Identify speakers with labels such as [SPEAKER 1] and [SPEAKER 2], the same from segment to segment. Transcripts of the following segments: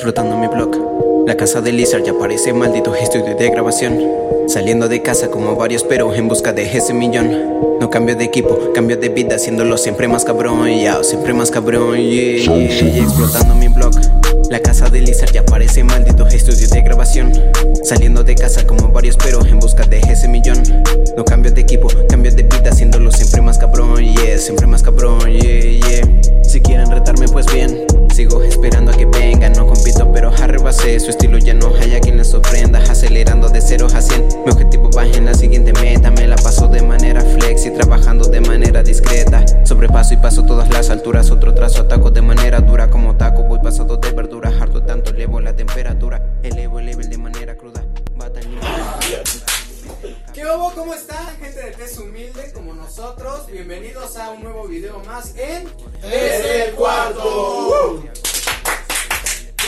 [SPEAKER 1] flotando en mi blog. La casa de Lizard ya parece maldito estudio de grabación. Saliendo de casa como varios pero en busca de ese millón. No cambio de equipo, cambio de vida, haciéndolo siempre más cabrón, yeah, siempre más cabrón, yeah, yeah, explotando mi blog. La casa de Lizard ya parece maldito estudio de grabación. Saliendo de casa como varios pero en busca de ese millón. No cambio de equipo, cambio de vida, haciéndolo siempre más cabrón, yeah, siempre más cabrón, yeah, yeah. Si quieren retarme, pues bien. Sigo esperando a que vengan, no compito, pero arrebasé su estilo. Ya no hay a quien le sorprenda, acelerando de 0 a 100. Mi objetivo va en la siguiente meta, me la paso de manera flex y trabajando de manera discreta. Sobrepaso y paso todas las alturas, otro trazo ataco de manera dura como taco. Voy pasado de verduras, harto tanto elevo la temperatura, elevo el level de manera cruda. Va tan
[SPEAKER 2] ¿Qué hubo? ¿Cómo están? Gente de Test Humilde como nosotros. Bienvenidos a un nuevo video más en
[SPEAKER 3] Desde el cuarto.
[SPEAKER 2] Uh.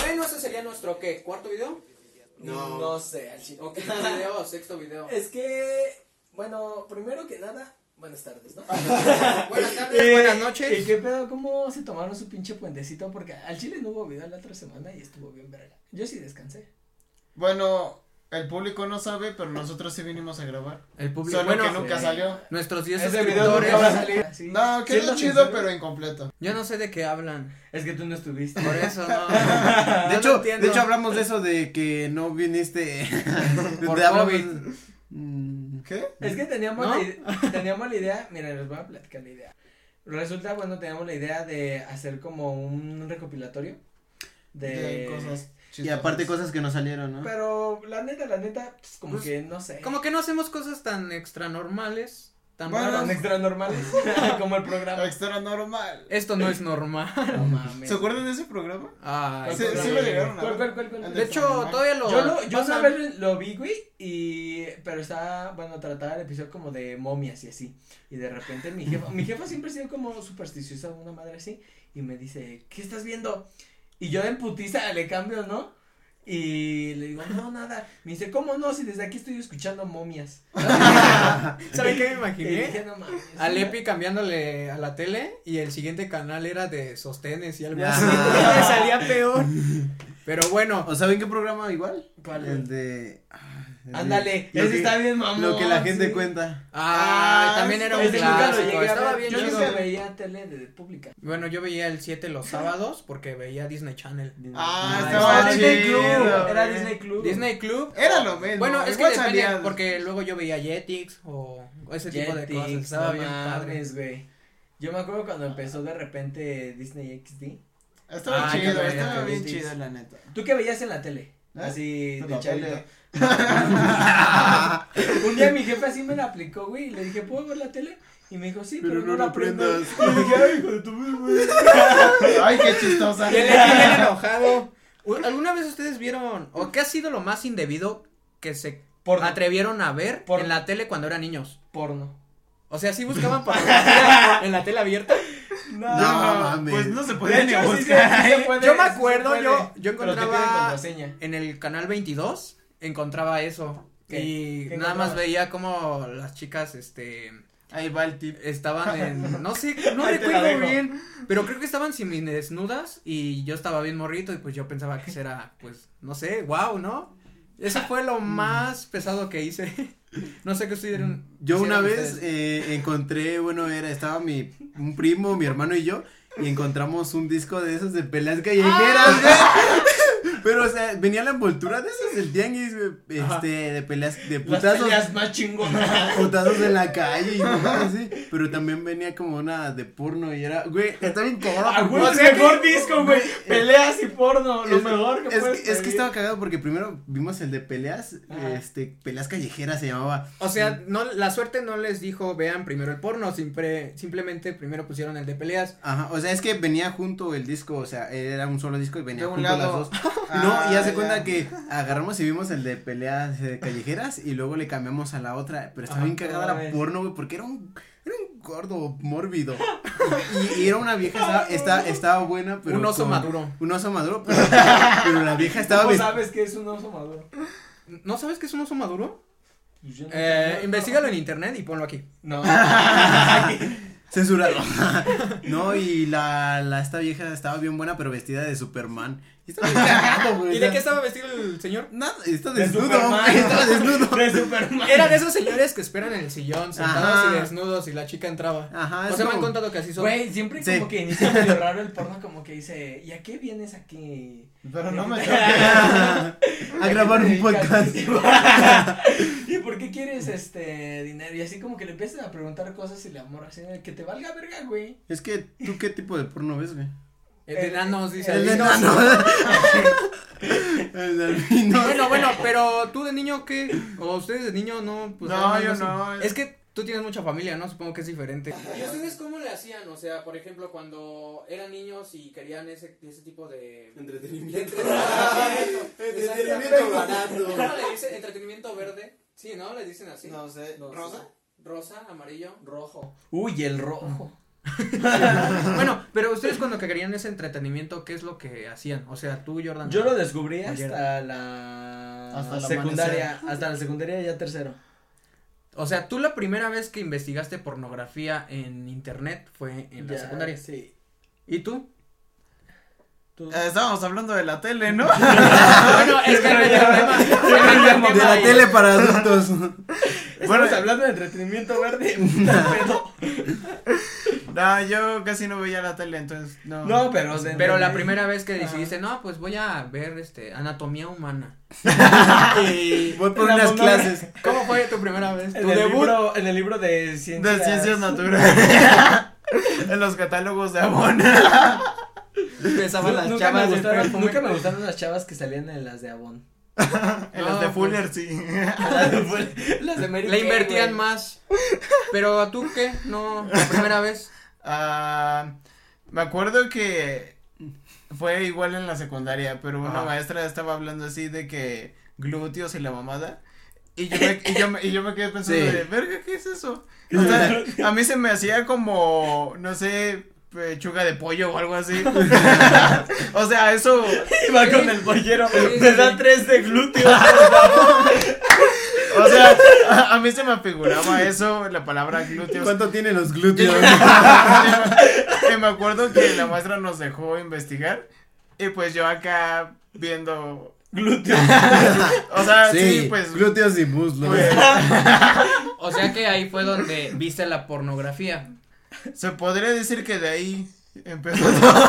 [SPEAKER 2] Bueno, ese sería nuestro ¿qué? ¿Cuarto video?
[SPEAKER 3] No. sé, al chile.
[SPEAKER 2] ¿O quinto video? ¿Sexto video?
[SPEAKER 3] Es que, bueno, primero que nada, buenas tardes, ¿no?
[SPEAKER 2] Buenas
[SPEAKER 4] Eh,
[SPEAKER 2] tardes, buenas
[SPEAKER 3] ¿Qué,
[SPEAKER 4] Pues,
[SPEAKER 2] noches.
[SPEAKER 3] qué pedo? ¿Cómo se tomaron su pinche puentecito? Porque al chile no hubo video la otra semana y estuvo bien verga. Yo sí descansé.
[SPEAKER 4] Bueno, el público no sabe, pero nosotros sí vinimos a grabar.
[SPEAKER 5] El público.
[SPEAKER 4] Solo
[SPEAKER 5] bueno, eh,
[SPEAKER 4] que nunca
[SPEAKER 3] sí.
[SPEAKER 4] salió.
[SPEAKER 5] nuestros 10
[SPEAKER 4] Ese video nunca
[SPEAKER 5] suscriptores.
[SPEAKER 4] va a salir.
[SPEAKER 3] Ah, Sí.
[SPEAKER 4] No,
[SPEAKER 3] Sí,
[SPEAKER 4] quedó
[SPEAKER 3] lo
[SPEAKER 4] chido,
[SPEAKER 3] siento.
[SPEAKER 4] pero incompleto.
[SPEAKER 5] Yo no sé de qué hablan.
[SPEAKER 6] Es que tú no estuviste.
[SPEAKER 5] Por eso no.
[SPEAKER 3] Ah,
[SPEAKER 5] De hecho,
[SPEAKER 4] de hecho hablamos de eso de que no viniste.
[SPEAKER 5] Por
[SPEAKER 4] de hablamos-
[SPEAKER 5] COVID.
[SPEAKER 4] Mm, ¿Qué?
[SPEAKER 3] Es que teníamos,
[SPEAKER 5] ¿No?
[SPEAKER 3] la, ide- teníamos la idea, mira, les voy a platicar la idea. Resulta, bueno, teníamos la idea de hacer como un recopilatorio de,
[SPEAKER 4] De cosas
[SPEAKER 1] Y aparte cosas que no salieron, ¿no?
[SPEAKER 3] Pero la neta, la neta, pues como
[SPEAKER 5] Pues,
[SPEAKER 3] que no sé.
[SPEAKER 5] como que no hacemos cosas tan extra normales, tan
[SPEAKER 4] Bueno,
[SPEAKER 3] Tan
[SPEAKER 5] raras.
[SPEAKER 3] extra normales, como el programa.
[SPEAKER 4] Extra normal.
[SPEAKER 5] Esto no es normal.
[SPEAKER 3] No mames.
[SPEAKER 4] ¿Se acuerdan de ese programa?
[SPEAKER 5] Ay,
[SPEAKER 4] Sí,
[SPEAKER 3] ¿Cuál
[SPEAKER 4] sí
[SPEAKER 3] programa?
[SPEAKER 4] lo llegaron a
[SPEAKER 3] Eh,
[SPEAKER 4] ver.
[SPEAKER 3] ¿Cuál, cuál, cuál, cuál?
[SPEAKER 4] El
[SPEAKER 5] de
[SPEAKER 4] de
[SPEAKER 5] hecho,
[SPEAKER 4] Normal.
[SPEAKER 5] todavía lo.
[SPEAKER 3] Yo lo, yo
[SPEAKER 5] pasan.
[SPEAKER 3] una vez lo vi, güey, y pero estaba, bueno, trataba el episodio como de momias y así. Y de repente mi jefa, mi jefa siempre ha sido como supersticiosa, una madre así, y me dice, ¿qué estás viendo? Y yo en putiza le cambio, ¿no? Y le digo, no, nada. Me dice, ¿cómo no? Si desde aquí estoy escuchando momias.
[SPEAKER 5] ¿Saben qué me
[SPEAKER 3] Y dije,
[SPEAKER 5] imaginé?
[SPEAKER 3] no mames.
[SPEAKER 5] Al Epi cambiándole a la tele y el siguiente canal era de sostenes y algo
[SPEAKER 4] Ya.
[SPEAKER 5] así. Me salía peor. Pero bueno,
[SPEAKER 4] ¿O saben qué programa igual?
[SPEAKER 3] ¿Cuál?
[SPEAKER 4] El de. ah, el de-
[SPEAKER 3] Ándale,
[SPEAKER 4] lo
[SPEAKER 3] ese
[SPEAKER 4] que-
[SPEAKER 3] está bien, mamón.
[SPEAKER 4] Lo que la gente
[SPEAKER 3] sí.
[SPEAKER 4] cuenta.
[SPEAKER 5] ah,
[SPEAKER 4] Ah,
[SPEAKER 5] también era un
[SPEAKER 3] Ese nunca lo
[SPEAKER 5] clásico.
[SPEAKER 3] llegué a
[SPEAKER 5] Estaba
[SPEAKER 3] ver.
[SPEAKER 5] bien
[SPEAKER 3] Yo
[SPEAKER 5] chido.
[SPEAKER 3] nunca veía tele de pública.
[SPEAKER 5] Bueno, yo veía el 7 los sábados porque veía Disney Channel.
[SPEAKER 4] Ah,
[SPEAKER 3] Ah,
[SPEAKER 4] estaba
[SPEAKER 3] estaba Disney
[SPEAKER 4] chido,
[SPEAKER 3] Club.
[SPEAKER 4] güey.
[SPEAKER 3] Era Disney Club.
[SPEAKER 5] Disney Club.
[SPEAKER 4] Era lo mismo.
[SPEAKER 5] Bueno, es que
[SPEAKER 4] igual
[SPEAKER 5] depende,
[SPEAKER 4] salía-
[SPEAKER 5] porque luego yo veía Jetix o, o ese tipo de cosas.
[SPEAKER 3] Jetix,
[SPEAKER 5] Estaba
[SPEAKER 3] no
[SPEAKER 5] bien padre.
[SPEAKER 3] mames, güey. Yo me acuerdo cuando empezó de repente Disney XD.
[SPEAKER 4] Estaba
[SPEAKER 5] Ah, qué
[SPEAKER 4] chido,
[SPEAKER 5] bueno,
[SPEAKER 4] estaba
[SPEAKER 5] que
[SPEAKER 4] bien
[SPEAKER 3] viste.
[SPEAKER 4] chido, la neta.
[SPEAKER 3] ¿Tú qué veías en la tele?
[SPEAKER 4] ¿Eh?
[SPEAKER 3] Así de
[SPEAKER 4] La
[SPEAKER 3] chavito.
[SPEAKER 4] tele.
[SPEAKER 3] Un día mi jefe así me la aplicó, güey, y le dije, "¿Puedo ver la tele?" Y me dijo, "Sí, pero, no, la prendas."
[SPEAKER 4] Y dije, ay, hijo de tu madre. Ay, qué chistosa.
[SPEAKER 5] Y el Epi bien enojado. U- ¿Alguna vez ustedes vieron o qué ha sido lo más indebido que se
[SPEAKER 3] Porno.
[SPEAKER 5] atrevieron a ver
[SPEAKER 3] Porno.
[SPEAKER 5] en la tele cuando eran niños?
[SPEAKER 3] Porno.
[SPEAKER 5] O sea, si buscaban pornografía en la tele abierta.
[SPEAKER 4] No, mames.
[SPEAKER 6] Pues no se
[SPEAKER 3] De
[SPEAKER 6] podía ni
[SPEAKER 3] hecho, sí se-
[SPEAKER 6] buscar.
[SPEAKER 3] sí se puede,
[SPEAKER 5] Yo me
[SPEAKER 3] sí se
[SPEAKER 5] acuerdo,
[SPEAKER 3] puede.
[SPEAKER 5] yo- yo
[SPEAKER 3] Pero te piden
[SPEAKER 5] encontraba-
[SPEAKER 3] contraseña.
[SPEAKER 5] En el canal 22 encontraba eso.
[SPEAKER 3] ¿Qué?
[SPEAKER 5] Y
[SPEAKER 3] ¿Qué
[SPEAKER 5] nada más
[SPEAKER 3] encontrabas?
[SPEAKER 5] veía como las chicas, este,
[SPEAKER 4] Ahí va el tip.
[SPEAKER 5] estaban en, no sé, no
[SPEAKER 6] Ahí te
[SPEAKER 5] recuerdo
[SPEAKER 6] la dejo.
[SPEAKER 5] bien, pero creo que estaban semidesnudas y yo estaba bien morrito y pues yo pensaba que eso era, pues, no sé, wow, ¿no? Eso fue lo más pesado que hice. No sé qué estuvieron.
[SPEAKER 4] Yo una
[SPEAKER 5] hicieron
[SPEAKER 4] vez
[SPEAKER 5] ustedes.
[SPEAKER 4] eh, encontré, bueno, era, estaba mi, un primo, mi hermano y yo, y encontramos un disco de esos de peleas callejeras,
[SPEAKER 3] Ah.
[SPEAKER 4] güey. Pero, o sea, venía la envoltura de esos del tianguis, güey, este, de peleas, de
[SPEAKER 3] Las
[SPEAKER 4] putazos,
[SPEAKER 3] peleas más chingonas.
[SPEAKER 4] putazos en la calle y cosas así, pero también venía como una de porno y era, güey, está bien cagada.
[SPEAKER 3] Ah,
[SPEAKER 4] porque-
[SPEAKER 3] güey,
[SPEAKER 4] o
[SPEAKER 3] el
[SPEAKER 4] sea,
[SPEAKER 3] mejor disco, güey. Peleas y porno, lo
[SPEAKER 4] es-
[SPEAKER 3] mejor que
[SPEAKER 4] es,
[SPEAKER 3] puedes
[SPEAKER 4] que- es que
[SPEAKER 3] pedir.
[SPEAKER 4] estaba cagado porque primero vimos el de peleas,
[SPEAKER 3] Ajá.
[SPEAKER 4] este, peleas callejeras se llamaba.
[SPEAKER 5] O sea, no, la suerte no les dijo, vean primero el porno, simple, simplemente primero pusieron el de peleas.
[SPEAKER 4] Ajá, o sea, es que venía junto el disco, o sea, era un solo disco y venía
[SPEAKER 6] De un
[SPEAKER 4] junto
[SPEAKER 6] lado.
[SPEAKER 4] las dos. no, y hace cuenta que agarramos y vimos el de peleas eh, callejeras y luego le cambiamos a la otra, pero estaba
[SPEAKER 5] Ajá.
[SPEAKER 4] bien cagada
[SPEAKER 3] Ay.
[SPEAKER 4] la porno, güey, porque era un, era un gordo mórbido. Y, y era una vieja, estaba, estaba, estaba buena, pero.
[SPEAKER 5] Un oso
[SPEAKER 4] con-
[SPEAKER 5] maduro.
[SPEAKER 4] Un oso maduro, pero, pero la vieja estaba.
[SPEAKER 3] ¿Cómo
[SPEAKER 4] vest-
[SPEAKER 3] sabes que es un oso maduro?
[SPEAKER 5] ¿No sabes qué es un oso maduro?
[SPEAKER 3] Pues yo no
[SPEAKER 5] Eh,
[SPEAKER 3] tengo-
[SPEAKER 5] investigalo en internet y ponlo aquí.
[SPEAKER 3] No.
[SPEAKER 4] Censurado. no, y la, la esta vieja estaba bien buena, pero vestida de Superman. Y estaba bien cagado, güey.
[SPEAKER 5] ¿Y de qué estaba vestido el señor?
[SPEAKER 4] Nada, está
[SPEAKER 3] De
[SPEAKER 4] desnudo,
[SPEAKER 3] Superman.
[SPEAKER 4] güey, estaba desnudo.
[SPEAKER 3] De Superman.
[SPEAKER 5] Era de esos señores que esperan en el sillón, sentados
[SPEAKER 4] Ajá.
[SPEAKER 5] y desnudos, y la chica entraba.
[SPEAKER 4] Ajá,
[SPEAKER 5] o
[SPEAKER 4] es
[SPEAKER 5] sea, me han
[SPEAKER 4] como-
[SPEAKER 5] contado que así son.
[SPEAKER 3] Güey, siempre
[SPEAKER 4] Sí.
[SPEAKER 3] como que inicia medio raro el porno, como que dice, ¿y a qué vienes aquí?
[SPEAKER 6] Pero no me
[SPEAKER 4] A grabar un podcast.
[SPEAKER 3] ¿Y por qué quieres este dinero? Y así como que le empiezas a preguntar cosas y la morra así, que te valga verga, güey.
[SPEAKER 4] Es que, ¿tú qué tipo de porno ves, güey?
[SPEAKER 5] El de enanos, dice.
[SPEAKER 4] El de
[SPEAKER 5] albino.
[SPEAKER 4] nano. El de albino.
[SPEAKER 5] Bueno, bueno, pero tú de niño, ¿qué? O ustedes de niño, no. Pues,
[SPEAKER 6] No,
[SPEAKER 5] algo
[SPEAKER 6] yo
[SPEAKER 5] así.
[SPEAKER 6] no.
[SPEAKER 5] Es que tú tienes mucha familia, ¿no? Supongo que es diferente.
[SPEAKER 2] ¿Y ustedes cómo le hacían? O sea, por ejemplo, cuando eran niños y querían ese, ese tipo de...
[SPEAKER 1] Entretenimiento.
[SPEAKER 2] Entretenimiento.
[SPEAKER 1] Entretenimiento barato.
[SPEAKER 2] ¿Cómo le dicen? Entretenimiento verde. Sí, ¿no? Le dicen así.
[SPEAKER 6] No sé.
[SPEAKER 2] No sé.
[SPEAKER 6] ¿Rosa?
[SPEAKER 2] Rosa, amarillo, rojo.
[SPEAKER 3] Uy, el rojo.
[SPEAKER 5] bueno, pero ustedes cuando que querían ese entretenimiento, ¿qué es lo que hacían? O sea, tú, Jordan.
[SPEAKER 3] Yo lo descubrí
[SPEAKER 5] Ayer.
[SPEAKER 3] hasta la
[SPEAKER 6] Hasta el
[SPEAKER 3] secundaria, hasta la secundaria ya tercero.
[SPEAKER 5] O sea, tú la primera vez que investigaste pornografía en internet fue en la
[SPEAKER 3] Ya,
[SPEAKER 5] secundaria.
[SPEAKER 3] Sí. Ah,
[SPEAKER 5] ¿Y tú?
[SPEAKER 3] Tú-
[SPEAKER 6] Eh, estábamos hablando de la tele, ¿no?
[SPEAKER 5] bueno, es que me
[SPEAKER 4] De la tele para adultos.
[SPEAKER 3] Estamos hablando de entretenimiento verde. pero-
[SPEAKER 6] no, yo casi no veía la tele, entonces no.
[SPEAKER 3] no, pero. de-
[SPEAKER 5] Pero la
[SPEAKER 3] de-
[SPEAKER 5] primera vez que decidiste, no, pues voy a ver este anatomía humana.
[SPEAKER 4] Voy por
[SPEAKER 3] La
[SPEAKER 4] unas
[SPEAKER 3] monóloga.
[SPEAKER 4] clases.
[SPEAKER 5] ¿Cómo fue tu primera vez?
[SPEAKER 3] En
[SPEAKER 5] Tu
[SPEAKER 3] el,
[SPEAKER 5] debut.
[SPEAKER 3] libro, en el libro de ciencias.
[SPEAKER 6] De ciencias naturales. en los catálogos de Abona.
[SPEAKER 5] Empezaban las
[SPEAKER 3] nunca,
[SPEAKER 5] chavas
[SPEAKER 3] me
[SPEAKER 5] del
[SPEAKER 3] gustaron,
[SPEAKER 5] perfume.
[SPEAKER 3] nunca me gustaron las chavas que salían en las de Avon.
[SPEAKER 6] En las de
[SPEAKER 5] No, pues.
[SPEAKER 6] Fuller, sí.
[SPEAKER 3] las de Full- las de Mary
[SPEAKER 5] Le
[SPEAKER 3] Kay,
[SPEAKER 5] invertían
[SPEAKER 3] güey.
[SPEAKER 5] más. Pero ¿a tú qué? No, la primera vez.
[SPEAKER 6] Ah, me acuerdo que fue igual en la secundaria, pero una
[SPEAKER 5] Ajá.
[SPEAKER 6] maestra estaba hablando así de que glúteos y la mamada. Y yo me, y yo me, y yo me quedé pensando
[SPEAKER 4] Sí.
[SPEAKER 6] de, verga, ¿qué es eso? O sea, a mí se me hacía como, no sé, pechuga de pollo o algo así. o sea, eso,
[SPEAKER 3] Iba con el pollero.
[SPEAKER 5] Sí,
[SPEAKER 3] Me
[SPEAKER 5] sí,
[SPEAKER 3] da
[SPEAKER 5] sí.
[SPEAKER 3] tres de glúteo.
[SPEAKER 6] o sea, a, a mí se me figuraba eso, la palabra glúteos.
[SPEAKER 4] ¿Cuánto tienen los glúteos?
[SPEAKER 6] que me acuerdo que la maestra nos dejó investigar y pues yo acá viendo glúteos. o sea, sí,
[SPEAKER 4] Sí,
[SPEAKER 6] pues,
[SPEAKER 4] glúteos y muslos.
[SPEAKER 6] pues,
[SPEAKER 5] O sea que ahí fue donde viste la pornografía.
[SPEAKER 6] se podría decir que de ahí empezó todo.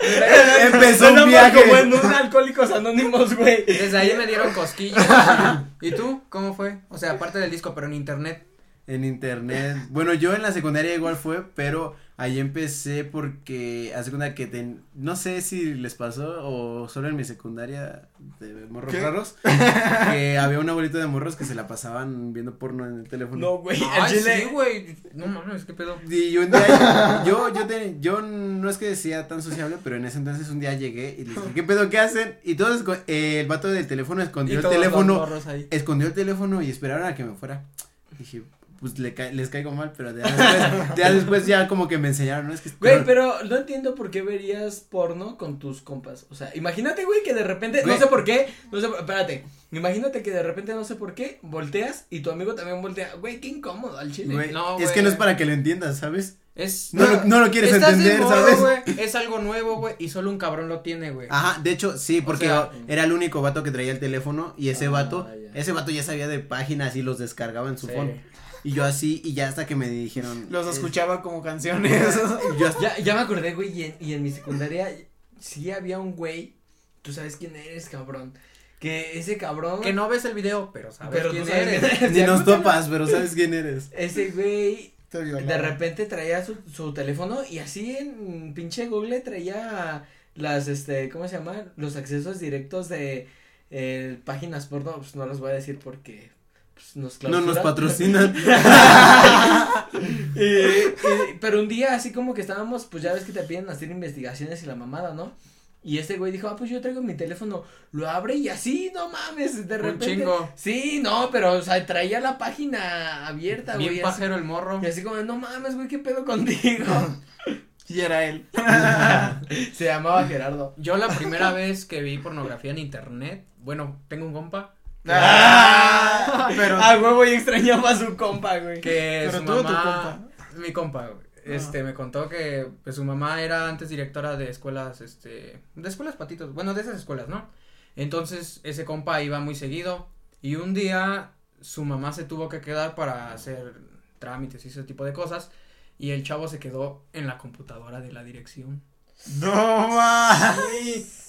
[SPEAKER 4] Empezó
[SPEAKER 3] Suena
[SPEAKER 4] un
[SPEAKER 3] más como en
[SPEAKER 4] viaje.
[SPEAKER 3] un Alcohólicos Anónimos, güey.
[SPEAKER 5] Desde ahí me dieron cosquillas. ¿Y tú? ¿Cómo fue? O sea, aparte del disco, pero en internet.
[SPEAKER 4] En internet. Bueno, yo en la secundaria igual fue, pero ahí empecé porque hace una que ten- no sé si les pasó o solo en mi secundaria de morros
[SPEAKER 6] ¿Qué?
[SPEAKER 4] raros que había una bolita de morros que se la pasaban viendo porno en el teléfono.
[SPEAKER 3] No, güey. al
[SPEAKER 5] Ay,
[SPEAKER 3] chile-
[SPEAKER 5] sí, güey. No mames, qué pedo.
[SPEAKER 4] Y yo un día, yo, yo, te- yo no es que sea tan sociable, pero en ese entonces un día llegué y le dije, ¿qué pedo, qué hacen? Y todos, esco- eh, el vato del teléfono escondió el
[SPEAKER 5] todos los
[SPEAKER 4] teléfono,
[SPEAKER 5] morros ahí.
[SPEAKER 4] escondió el teléfono y esperaron a que me fuera. Dije, pues le ca- les caigo mal, pero ya después, ya después ya como que me enseñaron, ¿no? Es que.
[SPEAKER 3] Güey, pero no entiendo por qué verías porno con tus compas. O sea, imagínate, güey, que de repente,
[SPEAKER 4] Güey.
[SPEAKER 3] no sé por qué, no sé, por- espérate. Imagínate que de repente, no sé por qué, volteas y tu amigo también voltea. Güey, qué incómodo al chile.
[SPEAKER 4] Güey,
[SPEAKER 5] no,
[SPEAKER 4] es
[SPEAKER 5] güey.
[SPEAKER 4] que no es para que lo entiendas, ¿sabes?
[SPEAKER 5] Es.
[SPEAKER 4] No lo- no lo quieres
[SPEAKER 5] Estás de
[SPEAKER 4] entender,
[SPEAKER 5] morro,
[SPEAKER 4] ¿sabes? Ah.
[SPEAKER 5] güey, Es algo nuevo, güey. Y solo un cabrón lo tiene, güey.
[SPEAKER 4] Ajá, de hecho, sí, porque
[SPEAKER 5] sea-
[SPEAKER 4] era el único vato que traía el teléfono y ese
[SPEAKER 3] Ah,
[SPEAKER 4] vato,
[SPEAKER 3] ya.
[SPEAKER 4] ese vato ya sabía de páginas y los descargaba en su
[SPEAKER 3] Sí.
[SPEAKER 4] phone. Y yo así, y ya hasta que me dijeron.
[SPEAKER 6] Los
[SPEAKER 4] "Es-
[SPEAKER 6] escuchaba como canciones.
[SPEAKER 4] Yo hasta-
[SPEAKER 3] Ya, ya me acordé, güey, y en, y en mi secundaria sí había un güey, tú sabes quién eres, cabrón, que ese cabrón,
[SPEAKER 5] Que no ves el video, pero sabes
[SPEAKER 3] pero
[SPEAKER 5] quién
[SPEAKER 3] tú sabes
[SPEAKER 5] eres.
[SPEAKER 3] quién eres.
[SPEAKER 4] Ni
[SPEAKER 3] Ya,
[SPEAKER 4] nos
[SPEAKER 3] ¿cómo que
[SPEAKER 4] topas, pero sabes quién eres.
[SPEAKER 3] no? Ese güey
[SPEAKER 6] Te violaba.
[SPEAKER 3] de repente traía su, su teléfono y así en pinche Google traía las, este, ¿cómo se llama? Los accesos directos de eh, páginas porno, pues no los voy a decir porque pues, nos
[SPEAKER 4] No nos
[SPEAKER 3] clausuran.
[SPEAKER 4] patrocinan.
[SPEAKER 3] Y- y- pero un día así como que estábamos, pues ya ves que te piden hacer investigaciones y la mamada, ¿no? Y este güey dijo, ah, pues yo traigo mi teléfono, lo abre y así, no mames, de
[SPEAKER 5] Un
[SPEAKER 3] repente.
[SPEAKER 5] chingo.
[SPEAKER 3] Sí, no, pero, o sea, traía la página abierta,
[SPEAKER 5] Bien
[SPEAKER 3] güey. así-
[SPEAKER 5] pajero el morro.
[SPEAKER 3] y así como, no mames, güey, ¿qué pedo contigo?
[SPEAKER 6] Y era él.
[SPEAKER 3] Se llamaba Gerardo.
[SPEAKER 5] Yo la primera vez que vi pornografía en internet, bueno, tengo un compa
[SPEAKER 6] Ah, pero
[SPEAKER 3] Ah. A huevo y extrañaba a su compa, güey.
[SPEAKER 5] que
[SPEAKER 6] Pero
[SPEAKER 5] su
[SPEAKER 6] tú o tu Ah.
[SPEAKER 5] mamá, mi compa, güey, este, me contó que pues, su mamá era antes directora de escuelas, este, de escuelas patitos, bueno, de esas escuelas, ¿no? Entonces, ese compa iba muy seguido y un día su mamá se tuvo que quedar para hacer trámites y ese tipo de cosas y el chavo se quedó en la computadora de la dirección.
[SPEAKER 6] No ma.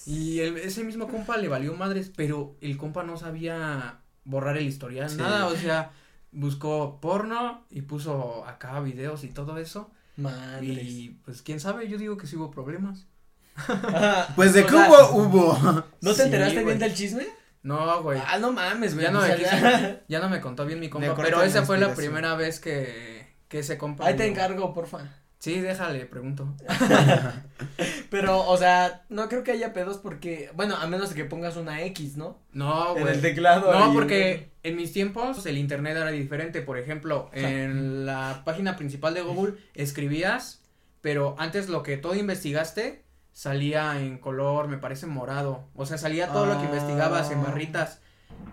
[SPEAKER 5] Y el- ese mismo compa le valió madres, pero el compa no sabía borrar el historial,
[SPEAKER 4] Sí.
[SPEAKER 5] nada, o sea, buscó porno y puso acá videos y todo eso.
[SPEAKER 3] Madres.
[SPEAKER 5] Y pues quién sabe, yo digo que sí hubo problemas.
[SPEAKER 3] Ajá.
[SPEAKER 4] Pues de
[SPEAKER 3] O
[SPEAKER 4] que
[SPEAKER 3] sea,
[SPEAKER 4] hubo, hubo.
[SPEAKER 3] ¿No te
[SPEAKER 5] Sí,
[SPEAKER 3] enteraste bien
[SPEAKER 5] güey.
[SPEAKER 3] del chisme?
[SPEAKER 5] No, güey.
[SPEAKER 3] Ah, no mames, güey.
[SPEAKER 5] ya, no
[SPEAKER 3] o
[SPEAKER 5] me
[SPEAKER 3] sea, ya-
[SPEAKER 5] quiso- ya no me contó bien mi compa,
[SPEAKER 6] cortan
[SPEAKER 5] pero
[SPEAKER 6] la
[SPEAKER 5] esa fue la
[SPEAKER 6] inspiración.
[SPEAKER 5] primera vez que, que ese compa.
[SPEAKER 3] Ahí te
[SPEAKER 5] lo-
[SPEAKER 3] encargo, porfa.
[SPEAKER 5] Sí, déjale, pregunto.
[SPEAKER 3] Pero, o sea, no creo que haya pedos porque, bueno, a menos de que pongas una X, ¿no?
[SPEAKER 5] No,
[SPEAKER 3] En
[SPEAKER 5] güey.
[SPEAKER 3] el teclado.
[SPEAKER 5] No,
[SPEAKER 3] ahí,
[SPEAKER 5] porque en mis tiempos el internet era diferente. Por ejemplo, en la página principal de Google escribías, pero antes lo que todo investigaste salía en color, me parece morado. O sea, salía todo lo que
[SPEAKER 3] Ah.
[SPEAKER 5] investigabas en barritas.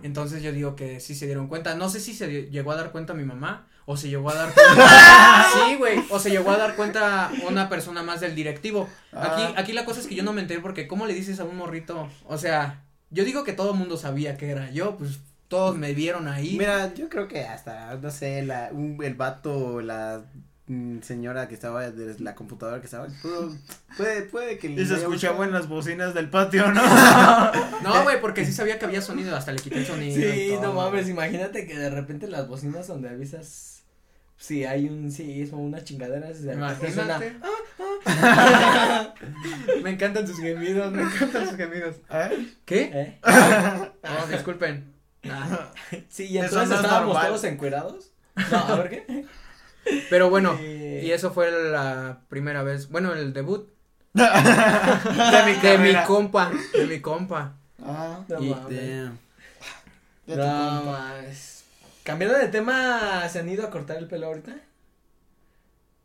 [SPEAKER 5] Entonces yo digo que sí se dieron cuenta. No sé si se di- llegó a dar cuenta mi mamá o se llegó a dar
[SPEAKER 3] Ah.
[SPEAKER 5] cuenta. sí, güey. O se llegó a dar cuenta una persona más del directivo. Aquí,
[SPEAKER 6] Ah.
[SPEAKER 5] aquí la cosa es que yo no me enteré porque ¿cómo le dices a un morrito? O sea, yo digo que todo el mundo sabía que era yo, pues todos me vieron ahí.
[SPEAKER 4] Mira, yo creo que hasta, no sé, la, un- el vato, la mm, señora que estaba, de la computadora que estaba, pudo- puede, puede que le
[SPEAKER 6] Y se
[SPEAKER 4] haya
[SPEAKER 6] escuchaba
[SPEAKER 4] buscado.
[SPEAKER 6] en las bocinas del patio, ¿no?
[SPEAKER 5] No, güey, porque sí sabía que había sonido, hasta le quité el sonido. y
[SPEAKER 3] Sí,
[SPEAKER 5] todo.
[SPEAKER 3] no mames, imagínate que de repente las bocinas donde avisas si hay un sismo, unas chingaderas, de repente suena,
[SPEAKER 5] Imagínate.
[SPEAKER 3] ah.
[SPEAKER 5] me encantan sus gemidos, me encantan sus gemidos.
[SPEAKER 6] ¿Eh?
[SPEAKER 5] ¿Qué?
[SPEAKER 3] ¿eh?
[SPEAKER 5] No, disculpen. Ah,
[SPEAKER 3] Sí, y
[SPEAKER 6] Eso
[SPEAKER 3] entonces
[SPEAKER 6] no es
[SPEAKER 3] estábamos
[SPEAKER 6] normal.
[SPEAKER 3] todos encuerados. No, a ver qué.
[SPEAKER 5] Pero bueno,
[SPEAKER 3] Eh,
[SPEAKER 5] y eso fue la primera vez, bueno, el debut
[SPEAKER 6] De mi
[SPEAKER 5] de mi
[SPEAKER 6] carrera.
[SPEAKER 5] compa, de mi compa.
[SPEAKER 6] Ah,
[SPEAKER 3] No
[SPEAKER 5] y-
[SPEAKER 3] mames.
[SPEAKER 4] Damn.
[SPEAKER 6] de tu
[SPEAKER 3] No
[SPEAKER 6] compa.
[SPEAKER 3] mames. Cambiando de tema, ¿se han ido a cortar el pelo ahorita?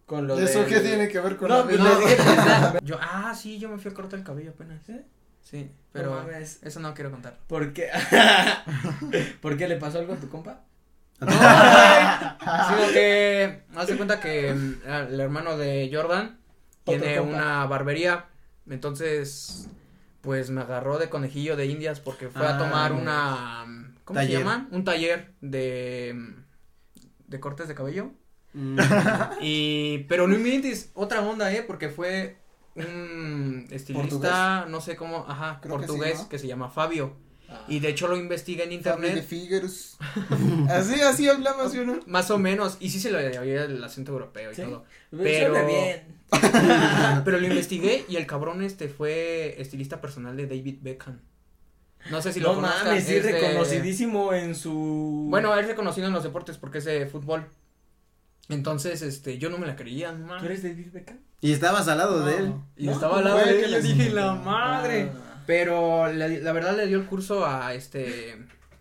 [SPEAKER 3] Con lo
[SPEAKER 6] ¿Eso
[SPEAKER 3] del-
[SPEAKER 6] qué tiene que ver con
[SPEAKER 3] No,
[SPEAKER 6] la
[SPEAKER 3] pues,
[SPEAKER 6] vida?
[SPEAKER 3] no, dije-
[SPEAKER 5] Yo, ah, sí, yo me fui a cortar el cabello apenas.
[SPEAKER 3] ¿Sí?
[SPEAKER 5] Sí, pero
[SPEAKER 3] No mames.
[SPEAKER 5] eso no quiero contar.
[SPEAKER 3] ¿Por qué? ¿Por qué le pasó algo a tu compa?
[SPEAKER 5] Sino que, haz de cuenta que mm, el hermano de Jordan
[SPEAKER 3] Otro
[SPEAKER 5] tiene
[SPEAKER 3] compa.
[SPEAKER 5] una barbería. Entonces, pues me agarró de conejillo de indias porque fue a
[SPEAKER 4] Ah,
[SPEAKER 5] tomar
[SPEAKER 4] no.
[SPEAKER 5] una. mm, ¿Cómo
[SPEAKER 4] Taller.
[SPEAKER 5] se llama? Un taller de. mm, de cortes de cabello.
[SPEAKER 4] Mm,
[SPEAKER 5] Y. Pero no inventes, otra onda, ¿eh? Porque fue un Mm, estilista, no sé cómo, ajá,
[SPEAKER 7] Creo que sí,
[SPEAKER 5] portugués,
[SPEAKER 7] ¿no?
[SPEAKER 5] que,
[SPEAKER 7] Ah.
[SPEAKER 5] se llama Fabio. Y de hecho lo investigué en
[SPEAKER 7] Family
[SPEAKER 5] internet.
[SPEAKER 7] Figures. así, así hablaba yo, ¿no?
[SPEAKER 5] Más o menos, y sí se le oía el acento europeo y
[SPEAKER 3] Sí.
[SPEAKER 5] todo.
[SPEAKER 3] Pero...
[SPEAKER 5] Pero-
[SPEAKER 3] bien.
[SPEAKER 5] Pero lo investigué y el cabrón este fue estilista personal de David Beckham. No sé si lo
[SPEAKER 3] no
[SPEAKER 5] conozcan,
[SPEAKER 3] mames, sí,
[SPEAKER 5] es de-
[SPEAKER 3] reconocidísimo en su...
[SPEAKER 5] Bueno, eh. es reconocido en los deportes porque es de fútbol. Entonces, este, yo no me la creía, no
[SPEAKER 3] ¿Tú
[SPEAKER 5] mames.
[SPEAKER 3] eres David Beckham?
[SPEAKER 4] y estabas al lado Ah, de él.
[SPEAKER 5] Y
[SPEAKER 3] No, pues,
[SPEAKER 5] estaba al
[SPEAKER 3] ¿cómo
[SPEAKER 5] lado
[SPEAKER 7] fue
[SPEAKER 5] de
[SPEAKER 7] que
[SPEAKER 5] él
[SPEAKER 7] le
[SPEAKER 5] y
[SPEAKER 7] dije,
[SPEAKER 5] dije, la madre.
[SPEAKER 3] Ah.
[SPEAKER 5] Pero la, la verdad le dio el curso a este,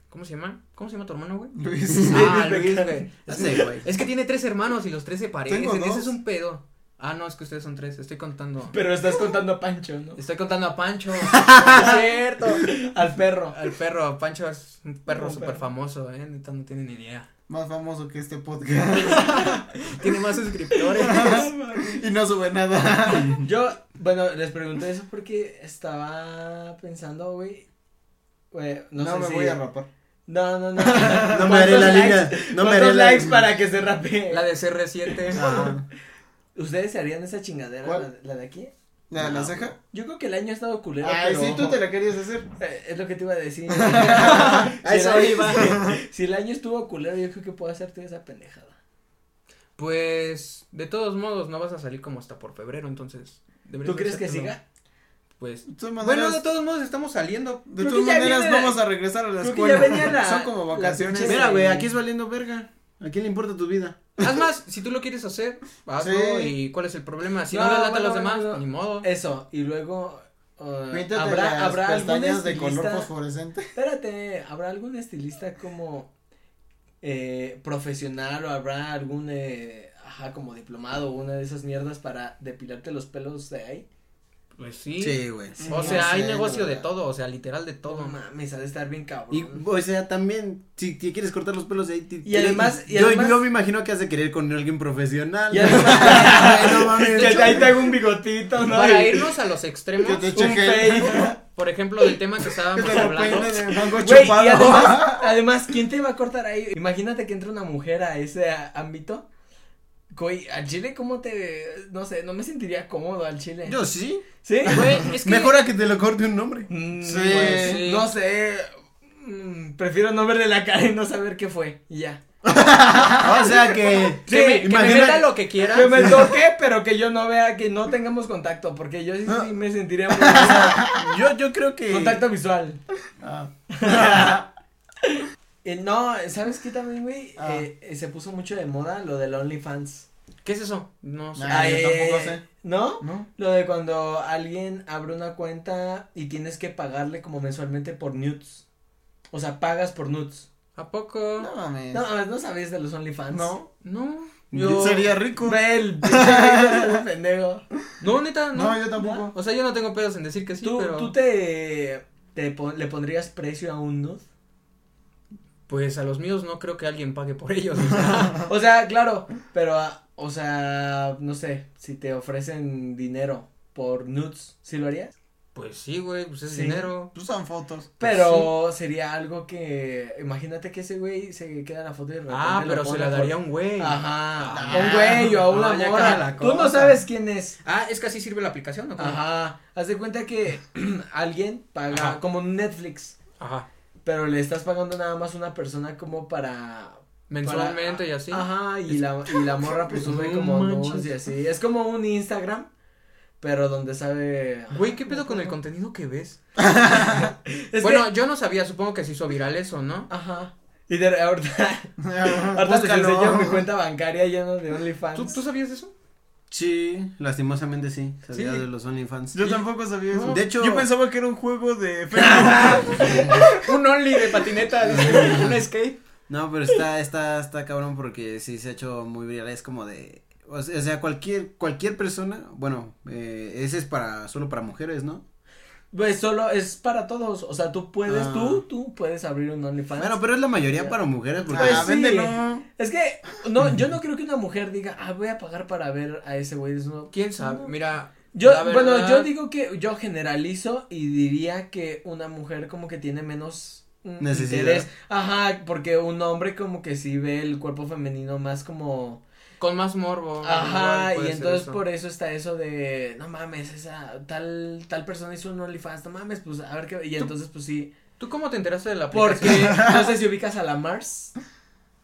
[SPEAKER 5] ¿cómo se llama? ¿Cómo se llama tu hermano, güey?
[SPEAKER 7] Luis.
[SPEAKER 5] Ah, Luis,
[SPEAKER 3] David Beckham.
[SPEAKER 5] güey.
[SPEAKER 4] Ya sé, güey.
[SPEAKER 5] Es que tiene tres hermanos y los tres se parecen,
[SPEAKER 7] Tengo dos.
[SPEAKER 5] ese es un pedo. Ah, no, es que ustedes son tres, estoy contando.
[SPEAKER 3] Pero estás contando a Pancho, ¿no?
[SPEAKER 5] Estoy contando a Pancho. Es cierto.
[SPEAKER 3] Al perro.
[SPEAKER 5] Al perro, Pancho es un perro
[SPEAKER 3] Un
[SPEAKER 5] súper
[SPEAKER 3] perro.
[SPEAKER 5] famoso, ¿eh? Neta, no tienen ni idea.
[SPEAKER 7] Más famoso que este podcast.
[SPEAKER 5] Tiene más suscriptores.
[SPEAKER 7] y no sube nada.
[SPEAKER 3] Yo, bueno, les pregunté eso porque estaba pensando, güey. güey, no,
[SPEAKER 7] No,
[SPEAKER 3] sé
[SPEAKER 7] me
[SPEAKER 3] si-
[SPEAKER 7] voy a rapar.
[SPEAKER 3] No, no, no.
[SPEAKER 4] No me haré la
[SPEAKER 3] ¿Cuántos
[SPEAKER 4] línea.
[SPEAKER 3] likes-
[SPEAKER 4] No me
[SPEAKER 3] cuántos
[SPEAKER 4] haré la
[SPEAKER 3] likes para que se rapee.
[SPEAKER 5] La de CR7.
[SPEAKER 3] ¿Ustedes se harían esa chingadera?
[SPEAKER 7] ¿Cuál?
[SPEAKER 3] La, de- la de aquí?
[SPEAKER 7] ¿La, la ceja?
[SPEAKER 3] Yo creo que el año ha estado culero.
[SPEAKER 7] Ay,
[SPEAKER 3] pero-
[SPEAKER 7] Ah, sí, tú te la querías hacer.
[SPEAKER 3] Eh, Es lo que te iba a decir.
[SPEAKER 4] A eso
[SPEAKER 3] Si el
[SPEAKER 4] iba.
[SPEAKER 3] año- Si el año estuvo culero, yo creo que puedo hacerte esa pendejada.
[SPEAKER 5] Pues, de todos modos, no vas a salir como hasta por febrero, entonces. deberías
[SPEAKER 3] ¿Tú crees que
[SPEAKER 5] hacértelo.
[SPEAKER 3] siga?
[SPEAKER 5] Pues.
[SPEAKER 7] De todas
[SPEAKER 5] Bueno,
[SPEAKER 7] maneras,
[SPEAKER 5] de todos modos, estamos saliendo.
[SPEAKER 7] de
[SPEAKER 3] creo
[SPEAKER 7] todas
[SPEAKER 3] que ya
[SPEAKER 7] maneras
[SPEAKER 3] viene
[SPEAKER 7] no
[SPEAKER 3] la-
[SPEAKER 7] vas a regresar a la
[SPEAKER 3] creo que ya
[SPEAKER 7] escuela.
[SPEAKER 3] venía la-
[SPEAKER 7] Pues, Son como
[SPEAKER 3] la
[SPEAKER 7] vacaciones.
[SPEAKER 3] pinche-
[SPEAKER 4] Mira, güey, aquí es valiendo verga. ¿A quién le importa tu vida?
[SPEAKER 5] Haz más, si tú lo quieres hacer, hazlo.
[SPEAKER 7] Sí.
[SPEAKER 5] ¿Y cuál es el problema? Si
[SPEAKER 3] No,
[SPEAKER 5] no, le lata a
[SPEAKER 3] bueno,
[SPEAKER 5] los demás,
[SPEAKER 3] bueno. Eh,
[SPEAKER 5] ni modo.
[SPEAKER 3] Eso, y luego. uh,
[SPEAKER 7] Píntate las
[SPEAKER 3] algún
[SPEAKER 7] pestañas de color
[SPEAKER 3] estilista-
[SPEAKER 7] fosforescente.
[SPEAKER 3] Espérate, ¿habrá algún estilista como eh, profesional o habrá algún, eh, ajá, como diplomado o una de esas mierdas para depilarte los pelos de ahí?
[SPEAKER 5] Pues sí.
[SPEAKER 4] Sí, güey.
[SPEAKER 5] O
[SPEAKER 4] Sí,
[SPEAKER 5] sea,
[SPEAKER 4] no
[SPEAKER 5] hay
[SPEAKER 4] sé,
[SPEAKER 5] negocio
[SPEAKER 4] la
[SPEAKER 5] de
[SPEAKER 4] verdad.
[SPEAKER 5] todo, o sea, literal de
[SPEAKER 3] No
[SPEAKER 5] todo.
[SPEAKER 3] mames, ha de estar bien cabrón.
[SPEAKER 4] Y, o sea, también, si te quieres cortar los pelos de ahí. te-
[SPEAKER 3] Y además- y
[SPEAKER 4] yo,
[SPEAKER 3] además-
[SPEAKER 4] yo me imagino que has de querer con alguien profesional.
[SPEAKER 3] Y además-
[SPEAKER 4] Ay, no mames.
[SPEAKER 3] hago un bigotito,
[SPEAKER 5] Para irnos a los
[SPEAKER 6] Que te
[SPEAKER 5] extremos,
[SPEAKER 6] eche gel.
[SPEAKER 5] por ejemplo, del tema que estábamos
[SPEAKER 7] Te lo
[SPEAKER 5] hablando.
[SPEAKER 7] peine de mango
[SPEAKER 3] Güey, y
[SPEAKER 7] chupado.
[SPEAKER 3] además, además, ¿quién te va a cortar ahí? Imagínate que entra una mujer a ese a- ámbito. Güey, al chile, ¿cómo te.? No sé, no me sentiría cómodo al chile.
[SPEAKER 4] Yo sí.
[SPEAKER 3] ¿Sí?
[SPEAKER 5] Güey, es que
[SPEAKER 4] Mejor a que te lo corte un hombre.
[SPEAKER 3] Mm,
[SPEAKER 6] Sí.
[SPEAKER 3] pues,
[SPEAKER 5] Sí.
[SPEAKER 3] No sé. mm, prefiero no verle la cara y no saber qué fue. y Ya.
[SPEAKER 4] O sea que.
[SPEAKER 5] que me, que me
[SPEAKER 4] imagina-
[SPEAKER 5] meta lo que quiera.
[SPEAKER 3] Que me toque, pero que yo no vea, que no tengamos contacto, porque yo sí,
[SPEAKER 6] Ah.
[SPEAKER 3] sí me sentiría muy
[SPEAKER 4] Yo, yo creo que.
[SPEAKER 3] Contacto visual.
[SPEAKER 6] Ah.
[SPEAKER 3] Eh, no, ¿sabes qué también, güey?
[SPEAKER 6] Ah.
[SPEAKER 3] Eh, eh, se puso mucho de moda lo del OnlyFans. Eh,
[SPEAKER 5] ¿Qué es eso? No sé.
[SPEAKER 6] Ah, yo tampoco sé.
[SPEAKER 3] ¿No?
[SPEAKER 6] ¿No?
[SPEAKER 3] Lo de cuando alguien abre una cuenta y tienes que pagarle como mensualmente por nudes. O sea, pagas por nudes.
[SPEAKER 5] ¿A poco?
[SPEAKER 7] No mames.
[SPEAKER 3] No, mames, no sabías de los OnlyFans.
[SPEAKER 6] Eh. No.
[SPEAKER 5] No.
[SPEAKER 4] Yo-
[SPEAKER 7] Sería rico.
[SPEAKER 3] Ve el pinche pendejo.
[SPEAKER 5] No, neta, no.
[SPEAKER 6] No, yo tampoco.
[SPEAKER 5] O sea, yo no tengo pedos en decir que sí,
[SPEAKER 3] ¿Tú,
[SPEAKER 5] pero.
[SPEAKER 3] tú te, te pon- le pondrías precio a un nude?
[SPEAKER 5] Pues a los míos no creo que alguien pague por ellos. o sea,
[SPEAKER 3] O sea, claro, pero, ah, o sea, no sé, si te ofrecen dinero por nudes, ¿sí lo harías?
[SPEAKER 5] pues sí, güey, pues es
[SPEAKER 3] Sí.
[SPEAKER 5] dinero.
[SPEAKER 7] Usan fotos.
[SPEAKER 5] Pues
[SPEAKER 3] Pero sería algo que, imagínate que ese güey se queda en la foto y de repente
[SPEAKER 5] Ah,
[SPEAKER 3] lo
[SPEAKER 5] pero se
[SPEAKER 3] pone
[SPEAKER 5] la
[SPEAKER 3] por-
[SPEAKER 5] daría a un güey.
[SPEAKER 3] Ajá,
[SPEAKER 5] Ah,
[SPEAKER 3] a un güey o a una
[SPEAKER 5] no, ya
[SPEAKER 3] morra.
[SPEAKER 5] cambia la
[SPEAKER 3] Tú no
[SPEAKER 5] cosa.
[SPEAKER 3] sabes quién es.
[SPEAKER 5] Ah, es que así sirve la aplicación, ¿no?
[SPEAKER 3] Ajá, haz de cuenta que alguien paga,
[SPEAKER 5] Ajá.
[SPEAKER 3] como Netflix,
[SPEAKER 5] Ajá.
[SPEAKER 3] pero le estás pagando nada más a una persona como para
[SPEAKER 5] Mensualmente
[SPEAKER 3] para-
[SPEAKER 5] y así.
[SPEAKER 3] Ajá, y la, y la morra pues sube
[SPEAKER 5] No
[SPEAKER 3] como
[SPEAKER 5] manches.
[SPEAKER 3] nudes y así. Es como un Instagram, pero donde sabe.
[SPEAKER 5] Güey, ¿qué pedo con el contenido que ves?
[SPEAKER 3] Es
[SPEAKER 5] bueno,
[SPEAKER 3] que-
[SPEAKER 5] yo no sabía, supongo que se hizo viral eso, ¿no?
[SPEAKER 3] Ajá. Y de ahorita, ahorita les
[SPEAKER 6] Búscalo.
[SPEAKER 3] enseño mi cuenta bancaria llena de OnlyFans.
[SPEAKER 5] ¿Tú, tú sabías eso?
[SPEAKER 4] Sí, lastimosamente sí. Sabía
[SPEAKER 5] Sí.
[SPEAKER 4] de los OnlyFans.
[SPEAKER 6] Yo tampoco sabía eso.
[SPEAKER 4] De hecho-
[SPEAKER 6] yo pensaba que era un juego de Facebook.
[SPEAKER 5] Un only de patineta, dice, un skate.
[SPEAKER 4] No, pero está, está, está cabrón porque sí se ha hecho muy viral. Es como de. O se- o sea, cualquier, cualquier persona, bueno, eh, ese es para, solo para mujeres, ¿no?
[SPEAKER 3] Pues solo es para todos. O sea, tú puedes,
[SPEAKER 4] Ah.
[SPEAKER 3] tú, tú puedes abrir un OnlyFans.
[SPEAKER 4] Bueno, pero es la mayoría para mujeres porque.
[SPEAKER 6] Pues
[SPEAKER 3] Ah,
[SPEAKER 6] sí.
[SPEAKER 3] véndelo. Es que, no, yo no creo que una mujer diga, ah, voy a pagar para ver a ese güey desnudo.
[SPEAKER 5] ¿Quién sabe? Mira.
[SPEAKER 3] Yo,
[SPEAKER 5] la
[SPEAKER 3] bueno,
[SPEAKER 5] verdad-
[SPEAKER 3] yo digo que yo generalizo y diría que una mujer como que tiene menos mm,
[SPEAKER 4] Necesidad.
[SPEAKER 3] interés. Ajá, porque un hombre como que sí ve el cuerpo femenino más como.
[SPEAKER 5] Con más morbo.
[SPEAKER 3] Ajá,
[SPEAKER 5] igual puede
[SPEAKER 3] y
[SPEAKER 5] ser
[SPEAKER 3] entonces
[SPEAKER 5] eso.
[SPEAKER 3] por eso está eso de, no mames, esa tal tal persona hizo un OnlyFans, no mames, pues a ver qué. Y entonces pues sí,
[SPEAKER 5] ¿Tú cómo te enteraste de la
[SPEAKER 3] porque
[SPEAKER 5] aplicación?
[SPEAKER 3] no sé si ubicas a la Mars,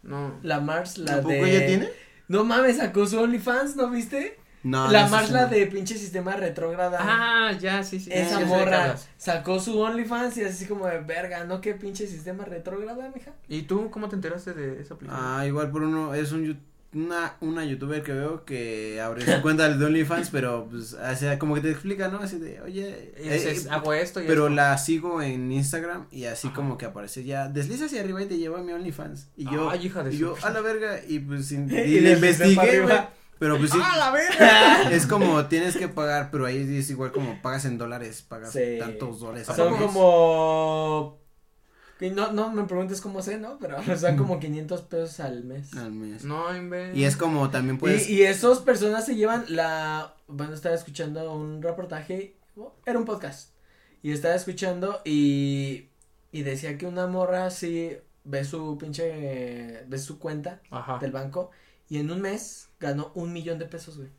[SPEAKER 5] No.
[SPEAKER 3] la Mars, la
[SPEAKER 4] ¿Tampoco
[SPEAKER 3] de.
[SPEAKER 4] ella tiene?
[SPEAKER 3] No mames, sacó su OnlyFans, ¿no viste?
[SPEAKER 4] Ah, No.
[SPEAKER 3] la
[SPEAKER 4] no sé
[SPEAKER 3] Mars,
[SPEAKER 4] si
[SPEAKER 3] la
[SPEAKER 4] no.
[SPEAKER 3] de pinche sistema retrógrada.
[SPEAKER 5] Ah, ya, sí, sí.
[SPEAKER 3] Esa
[SPEAKER 5] ya sé de qué
[SPEAKER 3] morra
[SPEAKER 5] hablas.
[SPEAKER 3] sacó su OnlyFans y así como de verga, ¿no? Qué pinche sistema retrógrada, mija.
[SPEAKER 5] ¿Y tú cómo te enteraste de esa aplicación?
[SPEAKER 4] Ah, igual por uno, es un yu- una, una youtuber que veo que abre su cuenta de OnlyFans, pero pues, o sea, como que te explica, ¿no? Así de, oye,
[SPEAKER 5] Y dices,
[SPEAKER 4] eh,
[SPEAKER 5] hago esto y
[SPEAKER 4] pero
[SPEAKER 5] esto.
[SPEAKER 4] la sigo en Instagram y así como que aparece ya, desliza hacia arriba y te lleva a mi OnlyFans. Y yo,
[SPEAKER 5] Ay, hija de
[SPEAKER 4] y
[SPEAKER 5] su-
[SPEAKER 4] yo, a la verga, y pues, sin- y,
[SPEAKER 3] Y
[SPEAKER 4] le
[SPEAKER 3] deslizó para
[SPEAKER 4] investigué,
[SPEAKER 3] arriba.
[SPEAKER 4] güey, pero pues sí,
[SPEAKER 5] la verga!
[SPEAKER 4] es como tienes que pagar, pero ahí es igual como pagas en dólares, pagas
[SPEAKER 3] Sí.
[SPEAKER 4] tantos dólares. al
[SPEAKER 3] Son
[SPEAKER 4] mes.
[SPEAKER 3] como... que No, no me preguntes cómo sé, ¿no? Pero son como 500 pesos al mes.
[SPEAKER 4] al mes.
[SPEAKER 5] No, en vez.
[SPEAKER 4] Y es como también puedes.
[SPEAKER 3] y, y esas personas se llevan la... Bueno, estaba escuchando un reportaje, era un podcast, y estaba escuchando y, y decía que una morra sí ve su pinche, ve su cuenta
[SPEAKER 5] Ajá.
[SPEAKER 3] del banco y en un mes ganó un millón de pesos, güey.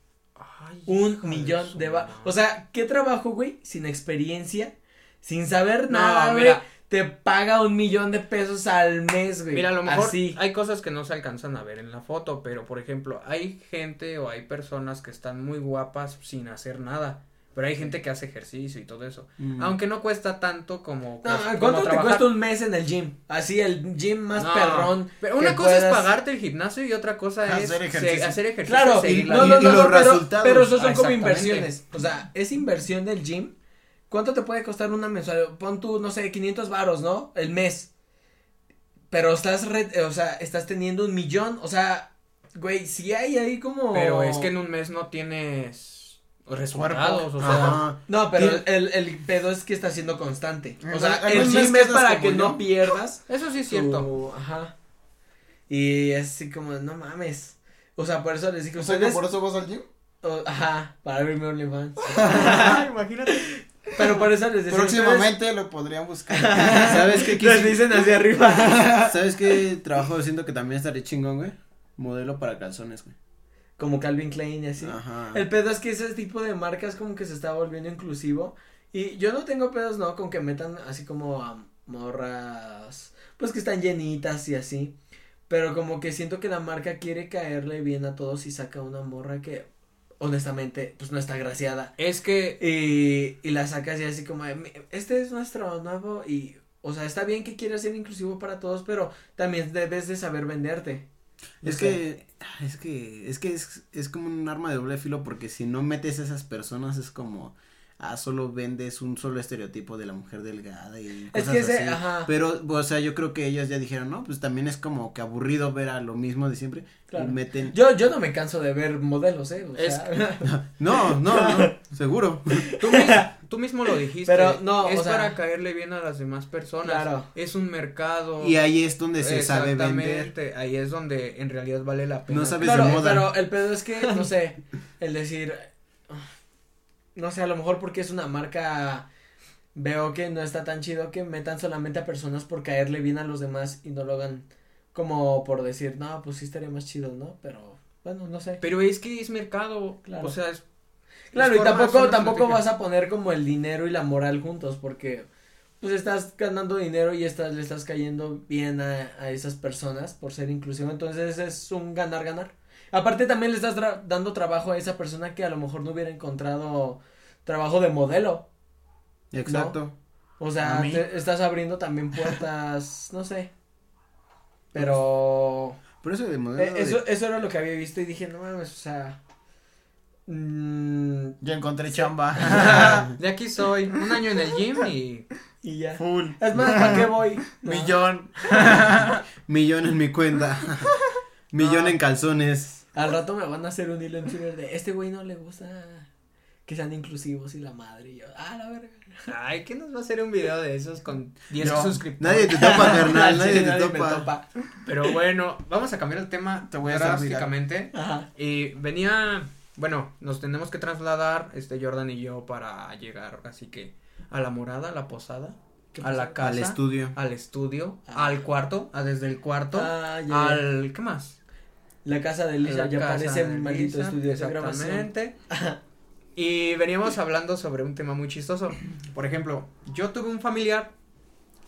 [SPEAKER 5] Ay,
[SPEAKER 3] Un
[SPEAKER 5] hija
[SPEAKER 3] millón
[SPEAKER 5] su
[SPEAKER 3] de va
[SPEAKER 5] madre.
[SPEAKER 3] O sea, ¿qué trabajo, güey? Sin experiencia, sin saber
[SPEAKER 5] No,
[SPEAKER 3] nada, güey.
[SPEAKER 5] mira.
[SPEAKER 3] Te paga un millón de pesos al mes, güey.
[SPEAKER 5] Mira, a lo mejor
[SPEAKER 3] Así.
[SPEAKER 5] hay cosas que no se alcanzan a ver en la foto, pero por ejemplo, hay gente o hay personas que están muy guapas sin hacer nada. Pero hay gente que hace ejercicio y todo eso.
[SPEAKER 4] Mm.
[SPEAKER 5] Aunque no cuesta tanto como.
[SPEAKER 3] No,
[SPEAKER 5] cos- como
[SPEAKER 3] ¿Cuánto te
[SPEAKER 5] trabajar.
[SPEAKER 3] cuesta un mes en el gym? Así, el gym más
[SPEAKER 5] No,
[SPEAKER 3] perrón.
[SPEAKER 5] Pero
[SPEAKER 3] que
[SPEAKER 5] una cosa es
[SPEAKER 3] puedas-
[SPEAKER 5] pagarte el gimnasio y otra cosa es
[SPEAKER 6] Hacer
[SPEAKER 5] se-
[SPEAKER 6] ejercicio.
[SPEAKER 5] hacer ejercicio.
[SPEAKER 3] Claro,
[SPEAKER 5] seguir la
[SPEAKER 3] no,
[SPEAKER 4] y-
[SPEAKER 3] no,
[SPEAKER 5] dieta.
[SPEAKER 4] y
[SPEAKER 3] no,
[SPEAKER 4] los
[SPEAKER 3] no, pero,
[SPEAKER 4] resultados.
[SPEAKER 3] pero esos son
[SPEAKER 5] Ah,
[SPEAKER 3] como
[SPEAKER 5] exactamente.
[SPEAKER 3] inversiones. O sea, es inversión del gym. ¿Cuánto te puede costar una mensual? Pon tú, no sé, 500 varos, ¿no? El mes. Pero estás, re- eh, o sea, estás teniendo un millón, o sea, güey, si hay ahí como...
[SPEAKER 5] Pero es que en un mes no tienes. resultados, o sea.
[SPEAKER 4] Ajá.
[SPEAKER 3] No, pero el, el pedo es que está siendo constante.
[SPEAKER 4] Eh,
[SPEAKER 3] O sea,
[SPEAKER 6] Ajá,
[SPEAKER 3] el
[SPEAKER 6] no
[SPEAKER 3] gym
[SPEAKER 6] mezclas
[SPEAKER 3] es para
[SPEAKER 6] como
[SPEAKER 3] que
[SPEAKER 6] yo.
[SPEAKER 3] no pierdas.
[SPEAKER 5] Eso sí es cierto.
[SPEAKER 3] tu- Ajá. Y es así como, no mames. O sea, por eso les digo,
[SPEAKER 7] O sea, que
[SPEAKER 3] ustedes.
[SPEAKER 7] por eso vas al gym.
[SPEAKER 3] o- Oh, ajá, para abrirme OnlyFans. Pero por eso les decía.
[SPEAKER 7] Próximamente lo podrían buscar.
[SPEAKER 4] ¿Sabes qué?
[SPEAKER 3] ustedes- Les
[SPEAKER 4] quisi-
[SPEAKER 3] dicen hacia arriba.
[SPEAKER 4] ¿Sabes qué trabajo siento que también estaría chingón, güey? Modelo para calzones, güey.
[SPEAKER 3] Como Calvin Klein y así.
[SPEAKER 4] Ajá.
[SPEAKER 3] El pedo es que ese tipo de marcas como que se está volviendo inclusivo. Y yo no tengo pedos, ¿no? Con que metan así como a morras, pues que están llenitas y así. Pero como que siento que la marca quiere caerle bien a todos y saca una morra que, honestamente, pues no está graciada.
[SPEAKER 5] Es que
[SPEAKER 3] Y, y la sacas y así como, de, "Mi- este es nuestro nuevo y, o sea, está bien que quieras ser inclusivo para todos, pero también debes de saber venderte.
[SPEAKER 4] Es
[SPEAKER 3] O
[SPEAKER 4] que, ah, es que, es que es, es como un arma de doble filo porque si no metes a esas personas es como, ah, solo vendes un solo estereotipo de la mujer delgada y
[SPEAKER 3] Es
[SPEAKER 4] cosas
[SPEAKER 3] que ese,
[SPEAKER 4] así.
[SPEAKER 3] ajá.
[SPEAKER 4] Pero, o sea, yo creo que ellos ya dijeron, no, pues también es como que aburrido ver a lo mismo de siempre
[SPEAKER 3] Claro.
[SPEAKER 4] y meten.
[SPEAKER 3] Yo, yo no me canso de ver modelos, ¿eh? O
[SPEAKER 5] Es
[SPEAKER 3] sea,
[SPEAKER 4] No, no, no, seguro.
[SPEAKER 5] tú, mis- tú mismo lo dijiste.
[SPEAKER 3] Pero no,
[SPEAKER 5] es
[SPEAKER 3] o sea-
[SPEAKER 5] para caerle bien a las demás personas.
[SPEAKER 3] Claro.
[SPEAKER 5] Es un mercado.
[SPEAKER 4] Y ahí es donde se sabe vender.
[SPEAKER 5] Exactamente, Ahí es donde en realidad vale la pena.
[SPEAKER 4] No sabes
[SPEAKER 3] claro,
[SPEAKER 4] de moda.
[SPEAKER 3] pero el pedo es que, no sé, el decir, no sé, a lo mejor porque es una marca, veo que no está tan chido que metan solamente a personas por caerle bien a los demás y no lo hagan como por decir, no, pues sí estaría más chido, ¿no? Pero, bueno, no sé.
[SPEAKER 5] Pero es que es mercado.
[SPEAKER 3] Claro.
[SPEAKER 5] O sea, es-
[SPEAKER 3] Claro, y
[SPEAKER 5] formas
[SPEAKER 3] tampoco,
[SPEAKER 5] son
[SPEAKER 3] tampoco
[SPEAKER 5] estrategias.
[SPEAKER 3] vas a poner como el dinero y la moral juntos, porque pues estás ganando dinero y estás, le estás cayendo bien a, a esas personas por ser inclusivo, entonces es un ganar, ganar. Aparte también le estás tra- dando trabajo a esa persona que a lo mejor no hubiera encontrado trabajo de modelo.
[SPEAKER 4] Exacto.
[SPEAKER 3] O
[SPEAKER 6] ¿A
[SPEAKER 3] sea,
[SPEAKER 6] mí?
[SPEAKER 3] te- estás abriendo también puertas, no sé. Pero...
[SPEAKER 4] Por eso de modelo.
[SPEAKER 6] Pues,
[SPEAKER 3] eh,
[SPEAKER 4] de-
[SPEAKER 3] eso, eso era lo que había visto y dije, no mames, o sea... mm,
[SPEAKER 6] Yo encontré chamba.
[SPEAKER 4] Ah.
[SPEAKER 5] de aquí soy. Un año en el gym y.
[SPEAKER 3] y ya.
[SPEAKER 6] Full.
[SPEAKER 3] Es más, ¿para qué voy? No.
[SPEAKER 6] Millón.
[SPEAKER 4] Millón en mi cuenta. Millón en calzones.
[SPEAKER 3] Al rato me van a hacer un hilo en Twitter de este güey no le gusta que sean inclusivos y la madre. Y yo, ah, la verga.
[SPEAKER 5] Ay, ¿qué nos va a hacer un video de esos con 10
[SPEAKER 6] No.
[SPEAKER 5] suscriptores?
[SPEAKER 4] Nadie te topa, carnal.
[SPEAKER 3] Al
[SPEAKER 4] nadie
[SPEAKER 3] chile
[SPEAKER 4] te
[SPEAKER 3] me
[SPEAKER 4] topa.
[SPEAKER 5] Pero bueno, vamos a cambiar el tema.
[SPEAKER 6] Te voy a hacer
[SPEAKER 5] drásticamente.
[SPEAKER 3] Ajá.
[SPEAKER 5] Y venía, bueno, nos tenemos que trasladar, este Jordan y yo, para llegar, así que, a la morada, a la posada,
[SPEAKER 3] ¿Qué
[SPEAKER 5] a la casa,
[SPEAKER 4] Al estudio.
[SPEAKER 5] al, estudio
[SPEAKER 3] Ah.
[SPEAKER 5] al cuarto, a desde el cuarto,
[SPEAKER 3] Ah, ya, ya.
[SPEAKER 5] al, ¿qué más?
[SPEAKER 3] La casa de
[SPEAKER 5] A
[SPEAKER 3] Lisa
[SPEAKER 5] la
[SPEAKER 3] ya
[SPEAKER 5] casa
[SPEAKER 3] parece
[SPEAKER 5] de
[SPEAKER 3] un maldito
[SPEAKER 5] Lisa,
[SPEAKER 3] estudio de grabación.
[SPEAKER 5] Exactamente. Y veníamos hablando sobre un tema muy chistoso. Por ejemplo, yo tuve un familiar,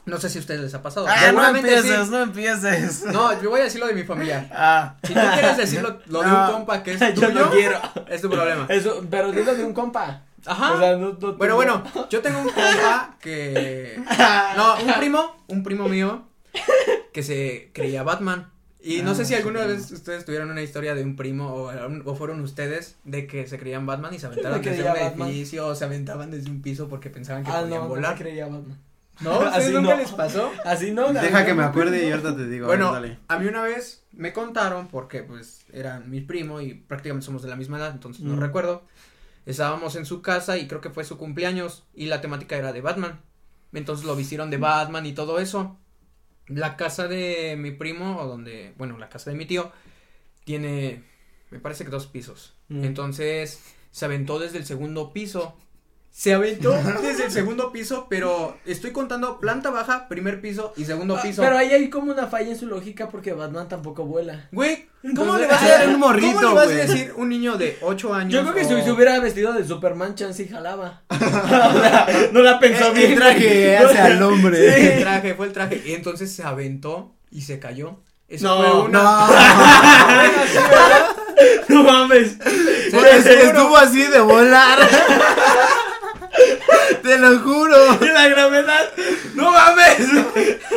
[SPEAKER 5] no sé si a ustedes les ha pasado.
[SPEAKER 6] Ah, no
[SPEAKER 5] seguramente sí.
[SPEAKER 6] empieces, no empieces.
[SPEAKER 5] No, yo voy a decir lo de mi familiar.
[SPEAKER 6] Ah,
[SPEAKER 5] Si tú quieres decir lo, lo de un
[SPEAKER 6] No.
[SPEAKER 5] compa que es
[SPEAKER 3] Yo
[SPEAKER 5] tuyo,
[SPEAKER 3] no quiero.
[SPEAKER 5] es tu problema.
[SPEAKER 3] Eso, pero dilo de un compa.
[SPEAKER 5] Ajá.
[SPEAKER 3] O sea, no, no
[SPEAKER 5] Bueno,
[SPEAKER 3] tengo-
[SPEAKER 5] bueno, yo tengo un compa que. No, un primo, un primo mío que se creía Batman. Y no sé
[SPEAKER 3] Ah,
[SPEAKER 5] si alguna vez ustedes tuvieron una historia de un primo o, o fueron ustedes de que se creían Batman y se aventaron
[SPEAKER 3] me
[SPEAKER 5] desde
[SPEAKER 3] creía
[SPEAKER 5] un
[SPEAKER 3] Batman.
[SPEAKER 5] edificio o se aventaban desde un piso porque pensaban que
[SPEAKER 3] Ah,
[SPEAKER 5] podían
[SPEAKER 3] no, no me
[SPEAKER 5] volar.
[SPEAKER 3] creía Batman.
[SPEAKER 5] ¿No? ¿A ustedes
[SPEAKER 3] Así
[SPEAKER 5] nunca
[SPEAKER 3] no.
[SPEAKER 5] les pasó?
[SPEAKER 3] Así no. la-
[SPEAKER 4] Deja que me acuerde y ahorita te digo. a ver,
[SPEAKER 5] Bueno,
[SPEAKER 4] dale.
[SPEAKER 5] a mí una vez me contaron porque pues eran mi primo y prácticamente somos de la misma edad, entonces no
[SPEAKER 3] Mm.
[SPEAKER 5] recuerdo. Estábamos en su casa y creo que fue su cumpleaños y la temática era de Batman. Entonces lo vistieron de Batman y todo eso. La casa de mi primo o donde, bueno, la casa de mi tío tiene me parece que dos pisos.
[SPEAKER 3] Mm.
[SPEAKER 5] Entonces se aventó desde el segundo piso. Se aventó desde el segundo piso, pero estoy contando planta baja, primer piso y segundo
[SPEAKER 3] Ah,
[SPEAKER 5] piso.
[SPEAKER 3] Pero ahí hay como una falla en su lógica porque Batman tampoco vuela.
[SPEAKER 5] Güey, ¿cómo
[SPEAKER 3] Entonces-
[SPEAKER 5] le vas a
[SPEAKER 3] Ah,
[SPEAKER 5] dar
[SPEAKER 4] era un morrito,
[SPEAKER 5] ¿Cómo le vas
[SPEAKER 4] güey.
[SPEAKER 5] a decir un niño de 8 años? oh.
[SPEAKER 3] Yo creo que
[SPEAKER 5] o-
[SPEAKER 3] si se hubiera vestido de Superman, chance y jalaba. O sea, no la pensó
[SPEAKER 5] Eh,
[SPEAKER 4] El-
[SPEAKER 3] bien.
[SPEAKER 4] el traje
[SPEAKER 3] güey.
[SPEAKER 4] hace al hombre.
[SPEAKER 5] El traje, fue el traje. Y entonces se aventó y se cayó. Eso
[SPEAKER 3] No,
[SPEAKER 5] fue una.
[SPEAKER 4] No,
[SPEAKER 3] No mames.
[SPEAKER 5] Se-
[SPEAKER 4] porque
[SPEAKER 5] se-
[SPEAKER 4] se Pues, estuvo así de volar. Te lo juro.
[SPEAKER 3] La gravedad. No mames.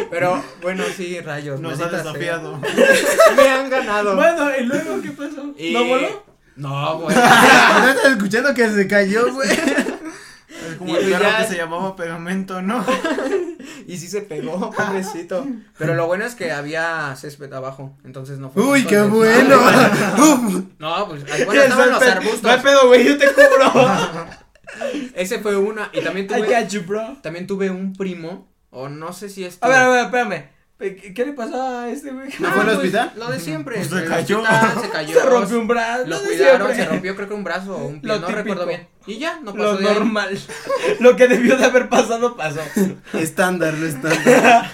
[SPEAKER 5] Pero bueno, sí, rayos.
[SPEAKER 6] nos ha
[SPEAKER 5] maldita sea.
[SPEAKER 6] desafiado.
[SPEAKER 5] Me han ganado.
[SPEAKER 3] Bueno, ¿y luego qué pasó?
[SPEAKER 5] Y-
[SPEAKER 3] ¿No voló?
[SPEAKER 5] No, güey.
[SPEAKER 4] ¿No estás escuchando que se cayó, güey?
[SPEAKER 6] Es como
[SPEAKER 5] Y
[SPEAKER 6] el
[SPEAKER 5] pues
[SPEAKER 6] perro
[SPEAKER 5] ya-
[SPEAKER 6] que se llamaba Pegamento, ¿no?
[SPEAKER 5] Y sí se pegó, pobrecito. Pero lo bueno es que había césped abajo, entonces no fue.
[SPEAKER 4] Uy,
[SPEAKER 5] tanto
[SPEAKER 4] qué
[SPEAKER 5] el desmadre.
[SPEAKER 4] bueno. Uf.
[SPEAKER 5] No, pues ah, bueno, estaban los
[SPEAKER 3] No hay
[SPEAKER 5] arbustos.
[SPEAKER 3] pedo, güey, yo te cubro.
[SPEAKER 5] Ese fue una. Y también
[SPEAKER 3] I
[SPEAKER 5] tuve,
[SPEAKER 3] got you, bro.
[SPEAKER 5] también tuve un primo, o no sé si es.
[SPEAKER 3] A ver, a ver, espérame. ¿Qué qué le pasó a este güey?
[SPEAKER 4] ¿No fue al hospital?
[SPEAKER 5] Ah, pues, Lo de siempre.
[SPEAKER 6] Pues se
[SPEAKER 5] en el
[SPEAKER 6] cayó.
[SPEAKER 5] hospital, se cayó.
[SPEAKER 3] Se rompió un brazo.
[SPEAKER 5] Lo
[SPEAKER 3] de
[SPEAKER 5] cuidaron, se
[SPEAKER 3] siempre.
[SPEAKER 5] rompió creo que un brazo o un pie,
[SPEAKER 3] Lo
[SPEAKER 5] no
[SPEAKER 3] típico.
[SPEAKER 5] recuerdo bien. Y ya, no pasó
[SPEAKER 3] Lo
[SPEAKER 5] de ahí.
[SPEAKER 3] normal. Lo que debió de haber pasado, pasó.
[SPEAKER 4] Estándar, no estándar.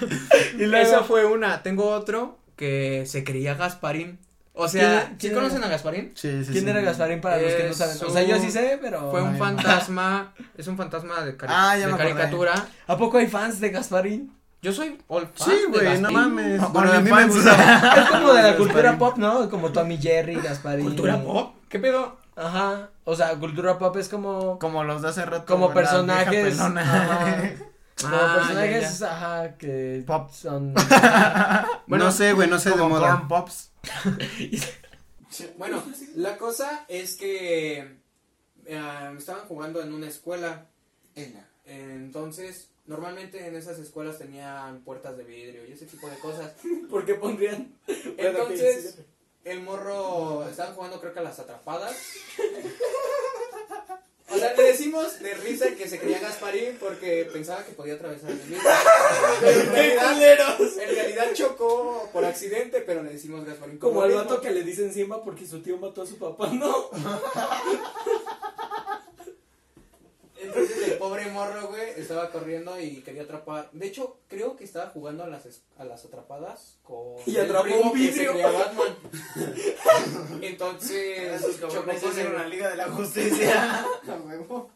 [SPEAKER 3] Y
[SPEAKER 5] Esa
[SPEAKER 3] luego.
[SPEAKER 5] fue una. Tengo otro que se creía Gasparín. O sea,
[SPEAKER 3] ¿Quién-
[SPEAKER 5] ¿sí
[SPEAKER 3] quién
[SPEAKER 5] conocen a Gasparín?
[SPEAKER 4] Sí, sí,
[SPEAKER 3] ¿Quién
[SPEAKER 4] sí.
[SPEAKER 3] era Gasparín para los que no
[SPEAKER 5] Es
[SPEAKER 3] saben? O sea, yo sí sé, pero.
[SPEAKER 5] Fue un
[SPEAKER 4] ay,
[SPEAKER 5] fantasma, es un fantasma de, cari-
[SPEAKER 4] Ah, ya
[SPEAKER 5] de
[SPEAKER 4] me acordé.
[SPEAKER 5] caricatura.
[SPEAKER 3] ¿A poco hay fans de Gasparín?
[SPEAKER 5] Yo soy old fan
[SPEAKER 4] Sí,
[SPEAKER 5] Ah, de
[SPEAKER 4] güey, no
[SPEAKER 5] Gasparín.
[SPEAKER 4] mames. Bueno,
[SPEAKER 6] Bueno,
[SPEAKER 4] a mí me
[SPEAKER 6] fan,
[SPEAKER 4] gustaba.
[SPEAKER 3] Es como de la cultura
[SPEAKER 4] Gasparín.
[SPEAKER 3] pop, ¿no? Como Tommy Jerry, Gasparín.
[SPEAKER 5] ¿Cultura pop? ¿Qué pedo?
[SPEAKER 3] Ajá. O sea, cultura pop es como.
[SPEAKER 6] Como los de hace rato.
[SPEAKER 3] Como
[SPEAKER 6] la
[SPEAKER 3] personajes.
[SPEAKER 6] vieja pelona.
[SPEAKER 3] ajá. Como
[SPEAKER 5] Ah,
[SPEAKER 3] personajes,
[SPEAKER 5] ya,
[SPEAKER 3] ajá, que.
[SPEAKER 6] Pop.
[SPEAKER 3] Son.
[SPEAKER 4] no sé, güey, no sé de
[SPEAKER 6] Como
[SPEAKER 4] moda.
[SPEAKER 6] corn pops.
[SPEAKER 2] Bueno, la cosa es que eh, estaban jugando en una escuela. Entonces, normalmente en esas escuelas tenían puertas de vidrio y ese tipo de cosas.
[SPEAKER 3] ¿Por qué pondrían?
[SPEAKER 2] Entonces, el morro estaban jugando creo que a las atrapadas. O sea, le decimos de risa que se creía Gasparín porque pensaba que podía atravesar el vidrio. Pero en realidad, en realidad chocó por accidente, pero le decimos Gasparín.
[SPEAKER 3] Como al
[SPEAKER 2] mismo.
[SPEAKER 3] vato que le dicen Simba porque su tío mató a su papá, ¿no?
[SPEAKER 2] Entonces el pobre morro, güey, estaba corriendo y quería atrapar. De hecho, creo que estaba jugando a las, es- a las atrapadas con.
[SPEAKER 3] Y atrapó
[SPEAKER 2] el primo
[SPEAKER 3] un
[SPEAKER 2] que se
[SPEAKER 3] vidrio.
[SPEAKER 2] creía Batman. Entonces. Chocó con el-
[SPEAKER 7] liga de la justicia. A huevo.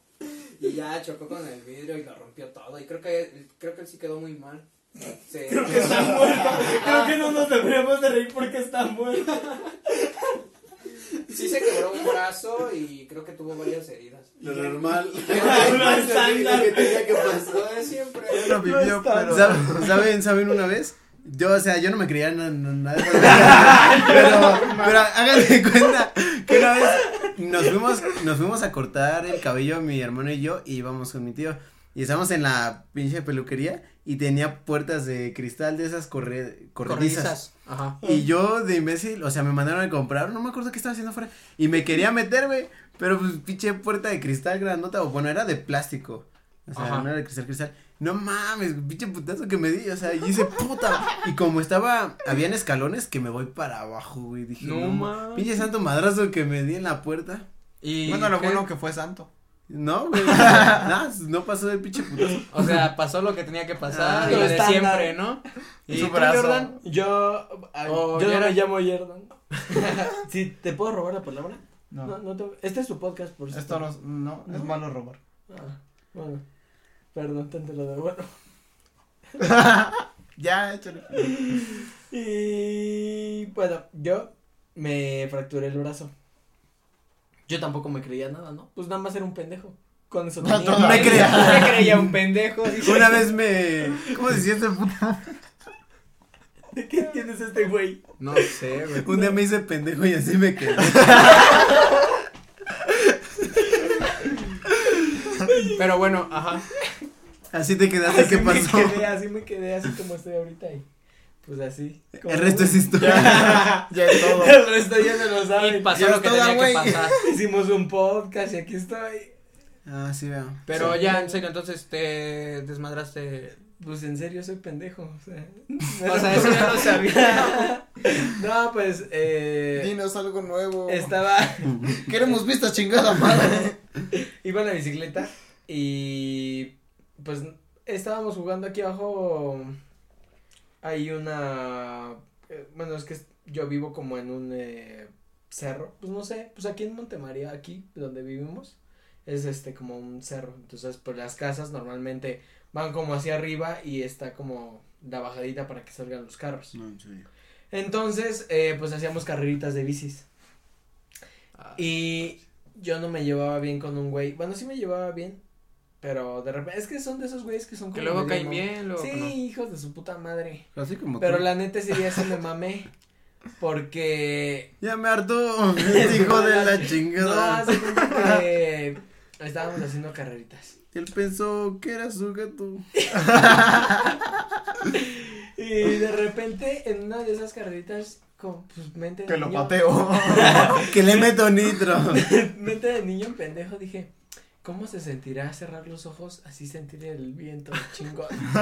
[SPEAKER 2] Y ya chocó con el vidrio y lo rompió todo. Y creo que, creo que él sí quedó muy mal. Se-
[SPEAKER 3] Creo que no nos deberíamos de reír porque está muerto.
[SPEAKER 2] Sí se quebró un brazo y creo que tuvo varias heridas.
[SPEAKER 4] Lo normal.
[SPEAKER 3] Lo estándar.
[SPEAKER 4] Lo que tenía que pasar.
[SPEAKER 3] Pues,
[SPEAKER 2] Lo de siempre.
[SPEAKER 6] Lo vivió, pero.
[SPEAKER 4] ¿Saben, saben, saben una vez? Yo, o sea, yo no me creía na- na- nada. pero, pero háganse cuenta que una vez nos fuimos, nos fuimos a cortar el cabello mi hermano y yo y íbamos con mi tío. Y estábamos en la pinche peluquería y tenía puertas de cristal de esas corre, corredizas.
[SPEAKER 5] Corredizas. Ajá.
[SPEAKER 4] Y yo de imbécil, o sea, me mandaron a comprar, no me acuerdo qué estaba haciendo afuera. Y me quería meter, güey. Pero pues pinche puerta de cristal grandota, o bueno, era de plástico. O sea,
[SPEAKER 5] Ajá.
[SPEAKER 4] no era de cristal, cristal. No mames, pinche putazo que me di, o sea, y hice puta. Y como estaba, habían escalones que me voy para abajo, güey. Dije,
[SPEAKER 5] No
[SPEAKER 4] no, mames.
[SPEAKER 5] mames.
[SPEAKER 4] Pinche santo madrazo que me di en la puerta.
[SPEAKER 5] Y
[SPEAKER 6] Bueno, lo
[SPEAKER 5] ¿qué?
[SPEAKER 6] bueno que fue santo.
[SPEAKER 4] No, güey. Nada, no pasó de pinche putazo.
[SPEAKER 5] O sea, pasó lo que tenía que pasar
[SPEAKER 3] Ah,
[SPEAKER 5] y
[SPEAKER 3] lo
[SPEAKER 5] lo de
[SPEAKER 3] estándar.
[SPEAKER 5] siempre, ¿no? ¿Y
[SPEAKER 6] Su
[SPEAKER 5] tú,
[SPEAKER 6] brazo.
[SPEAKER 5] Jordan?
[SPEAKER 3] Yo. ah,
[SPEAKER 5] Oh,
[SPEAKER 3] yo no me
[SPEAKER 5] Gerard.
[SPEAKER 3] llamo Yerdan. Si te puedo robar la palabra. No, no te. Este es tu podcast, por
[SPEAKER 6] Esto
[SPEAKER 3] cierto.
[SPEAKER 6] los- no, es malo robar.
[SPEAKER 3] Ah, bueno. Perdón, te lo devuelvo.
[SPEAKER 6] Ya, échale.
[SPEAKER 3] Y. Bueno, yo me fracturé el brazo. Yo tampoco me creía nada, ¿no? Pues nada más era un pendejo. Con eso tenía.
[SPEAKER 4] Me creía.
[SPEAKER 5] Me creía un pendejo. dice.
[SPEAKER 4] Una vez me. ¿Cómo se siente puta?
[SPEAKER 3] ¿De qué entiendes este güey?
[SPEAKER 5] No sé, güey.
[SPEAKER 4] Un día me hice pendejo y así me quedé.
[SPEAKER 5] Pero bueno, ajá.
[SPEAKER 4] Así te quedaste, ¿qué pasó?
[SPEAKER 3] Me quedé, así me quedé, así como estoy ahorita y pues así. como-
[SPEAKER 4] El resto es historia.
[SPEAKER 6] Ya es todo.
[SPEAKER 3] El resto ya se lo
[SPEAKER 5] Y
[SPEAKER 3] saben.
[SPEAKER 5] pasó lo que tenía que pasar.
[SPEAKER 3] Hicimos un podcast y aquí estoy.
[SPEAKER 4] Ah, sí veo.
[SPEAKER 5] Pero ya, en serio, entonces te desmadraste.
[SPEAKER 3] Pues en serio soy pendejo, o sea.
[SPEAKER 5] O sea, eso ya lo sabía.
[SPEAKER 3] No, pues eh
[SPEAKER 7] Dinos algo nuevo.
[SPEAKER 3] estaba
[SPEAKER 7] Queremos vistas chingada madre.
[SPEAKER 3] iba en la bicicleta y pues estábamos jugando aquí abajo hay una eh, bueno es que es- yo vivo como en un eh, cerro pues no sé pues aquí en Montemaría aquí donde vivimos es este como un cerro entonces pues las casas normalmente van como hacia arriba y está como la bajadita para que salgan los carros
[SPEAKER 4] No, en serio.
[SPEAKER 3] entonces, eh, pues hacíamos carreritas de bicis.
[SPEAKER 5] Ah,
[SPEAKER 3] Y yo no me llevaba bien con un güey. Bueno, sí me llevaba bien. Pero de repente, es que son de esos güeyes que son como.
[SPEAKER 5] Que luego
[SPEAKER 3] medio
[SPEAKER 5] caen
[SPEAKER 3] mam-
[SPEAKER 5] bien, luego.
[SPEAKER 3] Sí,
[SPEAKER 5] no.
[SPEAKER 3] hijos de su puta madre.
[SPEAKER 4] Así como
[SPEAKER 3] Pero
[SPEAKER 4] tú.
[SPEAKER 3] la neta ese día sí me mamé. Porque.
[SPEAKER 4] Ya me hartó, hijo de la chingada.
[SPEAKER 3] No, hace cuenta que Estábamos haciendo carreritas.
[SPEAKER 4] Él pensó que era su gato.
[SPEAKER 3] Y de repente, en una de esas carreritas, con pues, mente de
[SPEAKER 6] Que lo
[SPEAKER 3] niño-
[SPEAKER 6] pateo.
[SPEAKER 4] Que le meto nitro.
[SPEAKER 3] mente de niño pendejo, dije, ¿cómo se sentirá cerrar los ojos así sentir el viento chingón?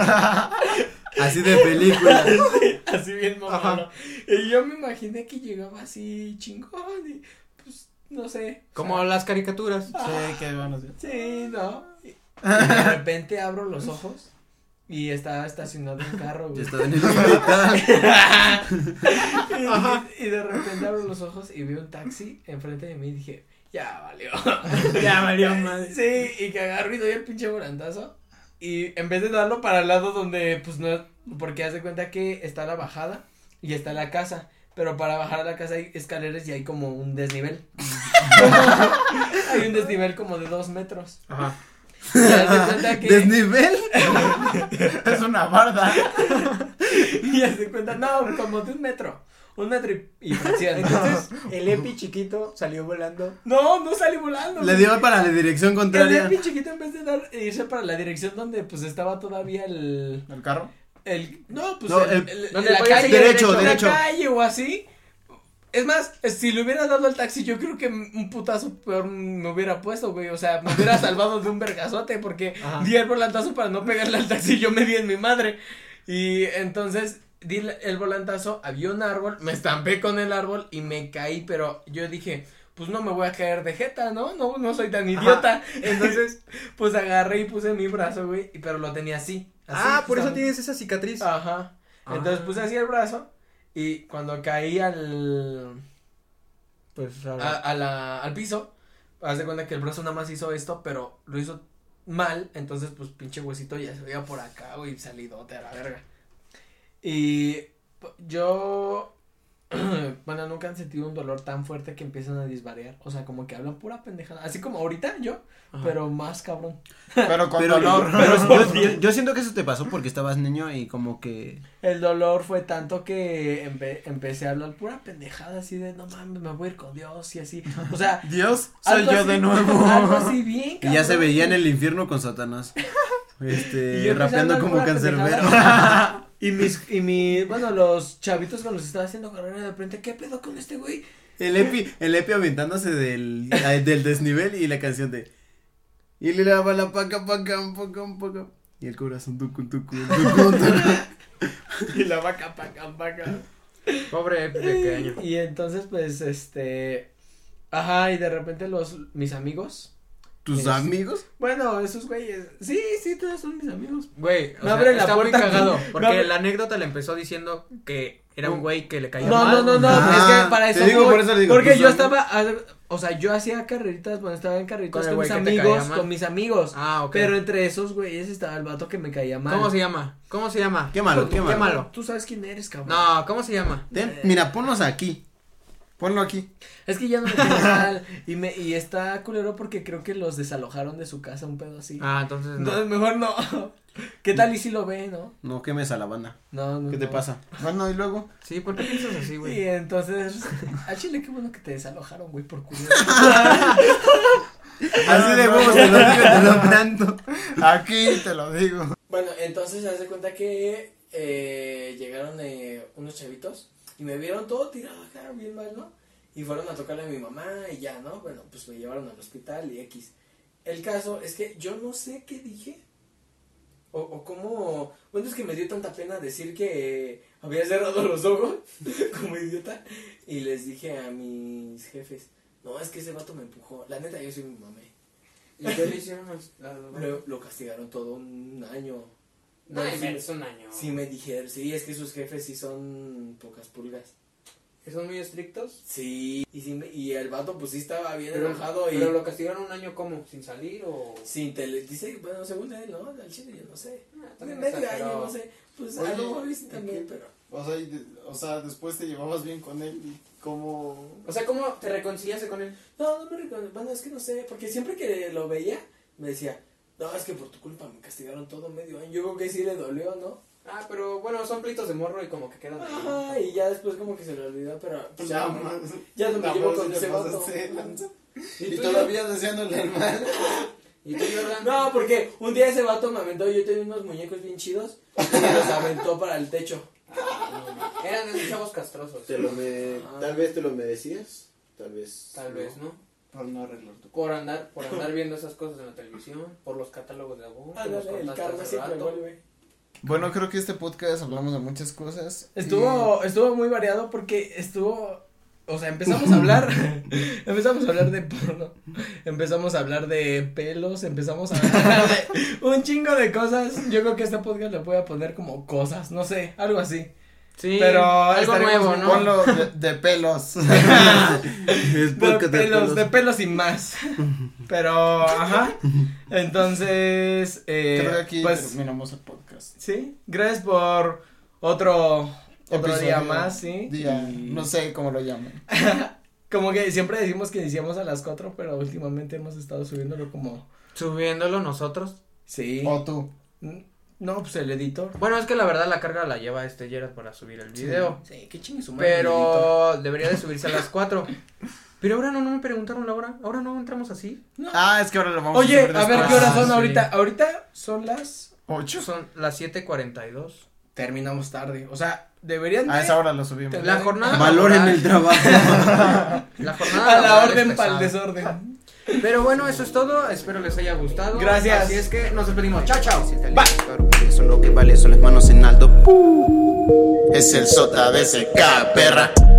[SPEAKER 4] Así de película.
[SPEAKER 3] así bien mamado. Y yo me imaginé que llegaba así chingón y pues no sé. o
[SPEAKER 5] Como
[SPEAKER 3] sea,
[SPEAKER 5] las caricaturas.
[SPEAKER 6] Sí, que van a hacer.
[SPEAKER 3] Sí, no. Y, y de repente abro los ojos y estaba estacionado un carro,
[SPEAKER 4] Ya
[SPEAKER 3] güey.
[SPEAKER 4] estaba en el hospital.
[SPEAKER 3] y, y de repente abro los ojos y veo un taxi enfrente de mí y dije, ya valió.
[SPEAKER 5] Ya valió madre.
[SPEAKER 3] Sí, y que agarro y doy el pinche volantazo. Y en vez de darlo para el lado donde, pues no, porque haz de cuenta que está la bajada y está la casa. Pero para bajar a la casa hay escaleras y hay como un desnivel. hay un desnivel como de dos metros.
[SPEAKER 5] Ajá.
[SPEAKER 3] Y haz de cuenta que.
[SPEAKER 4] Desnivel.
[SPEAKER 6] Es una barda.
[SPEAKER 3] y haz de cuenta, no, como de un metro. Un metro y, y fracción.
[SPEAKER 2] Entonces, el Epi chiquito salió volando.
[SPEAKER 3] No, no salí volando.
[SPEAKER 4] Le
[SPEAKER 3] güey.
[SPEAKER 4] dio para la dirección
[SPEAKER 3] El
[SPEAKER 4] contraria.
[SPEAKER 3] Epi chiquito en vez de dar, e irse para la dirección donde pues estaba todavía el,
[SPEAKER 6] ¿El carro?
[SPEAKER 3] El, no, pues
[SPEAKER 4] No,
[SPEAKER 3] el,
[SPEAKER 4] el-
[SPEAKER 3] el-
[SPEAKER 5] ¿Dónde
[SPEAKER 3] la
[SPEAKER 5] podía
[SPEAKER 3] calle,
[SPEAKER 5] seguir
[SPEAKER 4] derecho,
[SPEAKER 3] la
[SPEAKER 4] derecho?
[SPEAKER 3] calle o así. Es más, si le hubiera dado al taxi, yo creo que un putazo peor me hubiera puesto, güey. O sea, me hubiera salvado de un vergazote porque di el volantazo para no pegarle al taxi y yo me di en mi madre. Y entonces di el- el volantazo, había un árbol, me estampé con el árbol y me caí, pero yo dije, pues no me voy a caer de jeta, ¿no? No, no soy tan idiota. Entonces, pues agarré y puse mi brazo, güey, y- pero lo tenía así. así, Ah.
[SPEAKER 5] Ah, por
[SPEAKER 3] pues,
[SPEAKER 5] eso
[SPEAKER 3] a-
[SPEAKER 5] tienes esa cicatriz.
[SPEAKER 3] Ajá. Entonces puse así el brazo y cuando caí al
[SPEAKER 5] Pues
[SPEAKER 3] a, a la, al piso, haz de cuenta que el brazo nada más hizo esto, pero lo hizo mal, entonces pues pinche huesito ya se veía por acá, güey, salidote a la verga. Y pu- yo bueno, nunca han sentido un dolor tan fuerte que empiezan a disvariar, o sea, como que hablan pura pendejada, así como ahorita yo, pero más cabrón.
[SPEAKER 6] Pero con
[SPEAKER 4] Pero,
[SPEAKER 6] dolor.
[SPEAKER 4] pero yo, yo- yo siento que eso te pasó porque estabas niño y como que
[SPEAKER 3] El dolor fue tanto que empe- empecé a hablar pura pendejada así de no mames, me voy a ir con Dios y así. O sea,
[SPEAKER 6] Dios, soy
[SPEAKER 3] algo
[SPEAKER 6] yo
[SPEAKER 3] así-
[SPEAKER 6] de nuevo.
[SPEAKER 3] Algo así bien,
[SPEAKER 4] y ya se
[SPEAKER 3] cabrón.
[SPEAKER 4] veía en el infierno con Satanás.
[SPEAKER 3] Y
[SPEAKER 4] Este,
[SPEAKER 3] yo empecé a
[SPEAKER 4] rapeando
[SPEAKER 3] hablar
[SPEAKER 4] como
[SPEAKER 3] pura
[SPEAKER 4] cancerbero.
[SPEAKER 3] pendejada. Y mis, y mi, bueno, los chavitos cuando se estaba haciendo carrera de repente, ¿qué pedo con este güey?
[SPEAKER 4] El Epi, el Epi aventándose del, a- del desnivel y la canción de Y le daba la paca paca paca paca y el corazón tucun tucun tucun tucun.
[SPEAKER 3] Y la vaca, paca, paca.
[SPEAKER 5] Pobre pequeño.
[SPEAKER 3] Y entonces, pues, este, ajá, y de repente los, mis amigos,
[SPEAKER 4] ¿Tus
[SPEAKER 3] Es-
[SPEAKER 4] amigos?
[SPEAKER 3] bueno, esos güeyes, sí, sí, todos son mis amigos,
[SPEAKER 5] Güey, o
[SPEAKER 3] Me
[SPEAKER 5] sea,
[SPEAKER 3] abre la
[SPEAKER 5] está muy
[SPEAKER 3] puerta.
[SPEAKER 5] cagado.
[SPEAKER 3] Me
[SPEAKER 5] Porque
[SPEAKER 3] abre-
[SPEAKER 5] la anécdota le empezó diciendo que era un güey que le caía
[SPEAKER 3] No,
[SPEAKER 5] mal.
[SPEAKER 3] no, no, no,
[SPEAKER 4] Ah,
[SPEAKER 3] es que para
[SPEAKER 4] te
[SPEAKER 3] eso.
[SPEAKER 4] digo,
[SPEAKER 3] voy,
[SPEAKER 4] por eso le digo, pues,
[SPEAKER 3] porque
[SPEAKER 4] tus
[SPEAKER 3] yo
[SPEAKER 4] amigos.
[SPEAKER 3] estaba, a- o sea, yo hacía carreritas, bueno, estaba en carreritas
[SPEAKER 5] Con el
[SPEAKER 3] con,
[SPEAKER 5] güey
[SPEAKER 3] mis
[SPEAKER 5] que te
[SPEAKER 3] amigos,
[SPEAKER 5] caía mal.
[SPEAKER 3] con mis amigos.
[SPEAKER 5] Ah, ok.
[SPEAKER 3] Pero entre esos güeyes estaba el vato que me caía mal.
[SPEAKER 5] ¿Cómo se llama? ¿Cómo se llama?
[SPEAKER 4] Qué malo, qué malo.
[SPEAKER 5] Qué malo.
[SPEAKER 3] Tú sabes quién eres, cabrón.
[SPEAKER 5] No, ¿cómo se llama?
[SPEAKER 4] Ten, mira, ponlos aquí.
[SPEAKER 7] Ponlo aquí.
[SPEAKER 3] Es que ya no me caía mal y me y está culero porque creo que los desalojaron de su casa un pedo así.
[SPEAKER 5] Ah, entonces no.
[SPEAKER 3] Entonces mejor no. ¿Qué tal y si lo ve, no?
[SPEAKER 4] No quemes a la banda.
[SPEAKER 3] No, no.
[SPEAKER 4] ¿Qué te
[SPEAKER 3] no.
[SPEAKER 4] pasa?
[SPEAKER 7] Bueno, y luego.
[SPEAKER 5] Sí, ¿por qué piensas así,
[SPEAKER 3] Y
[SPEAKER 5] güey?
[SPEAKER 3] entonces, al chile qué bueno que te desalojaron, güey, por culo.
[SPEAKER 4] Así de huevos te lo digo, te lo planto.
[SPEAKER 6] Aquí te lo digo.
[SPEAKER 3] Bueno, entonces se hace cuenta que eh, llegaron eh, unos chavitos y me vieron todo tirado acá, bien mal, ¿no? Y fueron a tocarle a mi mamá y ya, ¿no? Bueno, pues me llevaron al hospital y X. El caso es que yo no sé qué dije. O, o cómo. Bueno, es que me dio tanta pena decir que había cerrado los ojos como idiota. Y les dije a mis jefes: No, es que ese vato me empujó. La neta, yo soy mi mamá.
[SPEAKER 2] ¿Y qué le hicieron a la
[SPEAKER 3] Lo, lo castigaron todo un año.
[SPEAKER 2] No,
[SPEAKER 3] No, sí,
[SPEAKER 2] es un año.
[SPEAKER 3] Sí me dijeron, sí, es que sus jefes sí son pocas pulgas.
[SPEAKER 2] ¿Son muy estrictos?
[SPEAKER 3] Sí, y, sí me- y el vato pues sí estaba bien enojado y
[SPEAKER 2] pero lo castigaron un año como, sin salir o...
[SPEAKER 3] sin tele, dice, bueno, según él, ¿no? Al chile yo no sé.
[SPEAKER 2] ah,
[SPEAKER 3] Pues,
[SPEAKER 2] también
[SPEAKER 3] medio
[SPEAKER 2] está,
[SPEAKER 3] año,
[SPEAKER 2] pero-
[SPEAKER 3] no sé. Pues a
[SPEAKER 7] Oye,
[SPEAKER 3] lo mejor sí
[SPEAKER 7] ¿y
[SPEAKER 3] también,
[SPEAKER 7] qué?
[SPEAKER 3] pero
[SPEAKER 7] O sea, y de- o sea, después te llevabas bien con él y como...
[SPEAKER 2] O sea, ¿cómo te reconciliaste con él?
[SPEAKER 3] no, no me recuerdo, bueno, es que no sé, porque siempre que lo veía me decía, "No, es que por tu culpa me castigaron todo medio año." Yo creo que sí le dolió, ¿no?
[SPEAKER 2] Ah, pero bueno, son pleitos de morro y como que quedan ahí.
[SPEAKER 3] Ajá, y ya después como que se le olvidó, pero pues,
[SPEAKER 7] Ya,
[SPEAKER 3] ya,
[SPEAKER 7] man.
[SPEAKER 3] ya no me
[SPEAKER 7] La
[SPEAKER 3] llevo
[SPEAKER 7] voz
[SPEAKER 3] con
[SPEAKER 7] le
[SPEAKER 3] ese vato.
[SPEAKER 7] pasaste de lanza.
[SPEAKER 2] ¿Y
[SPEAKER 7] Y
[SPEAKER 2] tú,
[SPEAKER 7] todavía deseándole el mal.
[SPEAKER 2] ¿Y tú, Jordan?
[SPEAKER 3] No, porque un día ese vato me aventó, yo tenía unos muñecos bien chidos y me los aventó para el techo.
[SPEAKER 2] Eran esos chavos castrosos.
[SPEAKER 8] Te lo me- Tal vez te lo merecías. Tal vez.
[SPEAKER 2] Tal vez, ¿no?
[SPEAKER 7] Por no arreglar tu
[SPEAKER 2] Por andar, por andar viendo esas cosas en la televisión, por los catálogos de Abu, que nos
[SPEAKER 3] el
[SPEAKER 2] contaste
[SPEAKER 3] karma
[SPEAKER 2] hace
[SPEAKER 3] siempre
[SPEAKER 2] rato.
[SPEAKER 3] vuelve.
[SPEAKER 6] Bueno, creo que este podcast hablamos de muchas cosas.
[SPEAKER 3] Estuvo, estuvo muy variado porque estuvo, o sea, empezamos a hablar, empezamos a hablar de porno, empezamos a hablar de pelos, empezamos a hablar de un chingo de cosas. Yo creo que este podcast le voy a poner como cosas, no sé, algo así.
[SPEAKER 5] Sí,
[SPEAKER 3] Pero
[SPEAKER 5] algo
[SPEAKER 3] estaremos-
[SPEAKER 5] nuevo,
[SPEAKER 6] Y
[SPEAKER 5] ¿no?
[SPEAKER 6] Ponlo de, de pelos.
[SPEAKER 4] Es
[SPEAKER 3] De
[SPEAKER 4] podcast de
[SPEAKER 3] pelos,
[SPEAKER 4] pelos.
[SPEAKER 3] de pelos y más. Pero, ajá. Entonces, eh,
[SPEAKER 6] creo que aquí
[SPEAKER 3] pues,
[SPEAKER 6] terminamos el podcast.
[SPEAKER 3] sí, gracias por otro, otro
[SPEAKER 6] Episodio,
[SPEAKER 3] día más, sí.
[SPEAKER 6] Día,
[SPEAKER 3] Y-
[SPEAKER 6] no sé cómo lo llaman.
[SPEAKER 3] Como que siempre decimos que iniciamos a las 4, pero últimamente hemos estado subiéndolo como.
[SPEAKER 5] Subiéndolo nosotros.
[SPEAKER 3] Sí.
[SPEAKER 6] O tú.
[SPEAKER 3] No, pues el editor.
[SPEAKER 5] Bueno, es que la verdad la carga la lleva este Gerard para subir el video.
[SPEAKER 3] Sí, qué chingue su madre. el editor.
[SPEAKER 5] Pero debería de subirse a las 4. Pero ahora no, no me preguntaron la hora. Ahora no entramos así.
[SPEAKER 6] Ah, es que ahora lo vamos
[SPEAKER 3] Oye,
[SPEAKER 6] a subir Ah,
[SPEAKER 3] a ver qué
[SPEAKER 6] después.
[SPEAKER 3] horas son
[SPEAKER 5] sí.
[SPEAKER 3] ahorita. Ahorita son las.
[SPEAKER 6] Ocho.
[SPEAKER 5] Son las 7:42.
[SPEAKER 3] Terminamos tarde. O sea, deberían.
[SPEAKER 6] A
[SPEAKER 3] de-
[SPEAKER 6] esa hora lo subimos.
[SPEAKER 3] Te
[SPEAKER 5] La jornada.
[SPEAKER 4] Valoren
[SPEAKER 5] laboral-
[SPEAKER 4] el trabajo.
[SPEAKER 5] La jornada.
[SPEAKER 3] A la
[SPEAKER 5] laboral es
[SPEAKER 3] orden para el
[SPEAKER 5] pesada.
[SPEAKER 3] desorden.
[SPEAKER 5] Pero bueno, eso es todo. Espero les haya gustado.
[SPEAKER 3] Gracias.
[SPEAKER 5] Así es que nos despedimos. Chao, chao.
[SPEAKER 1] Eso lo que vale son las manos en alto.
[SPEAKER 8] Es el sota de SK, perra.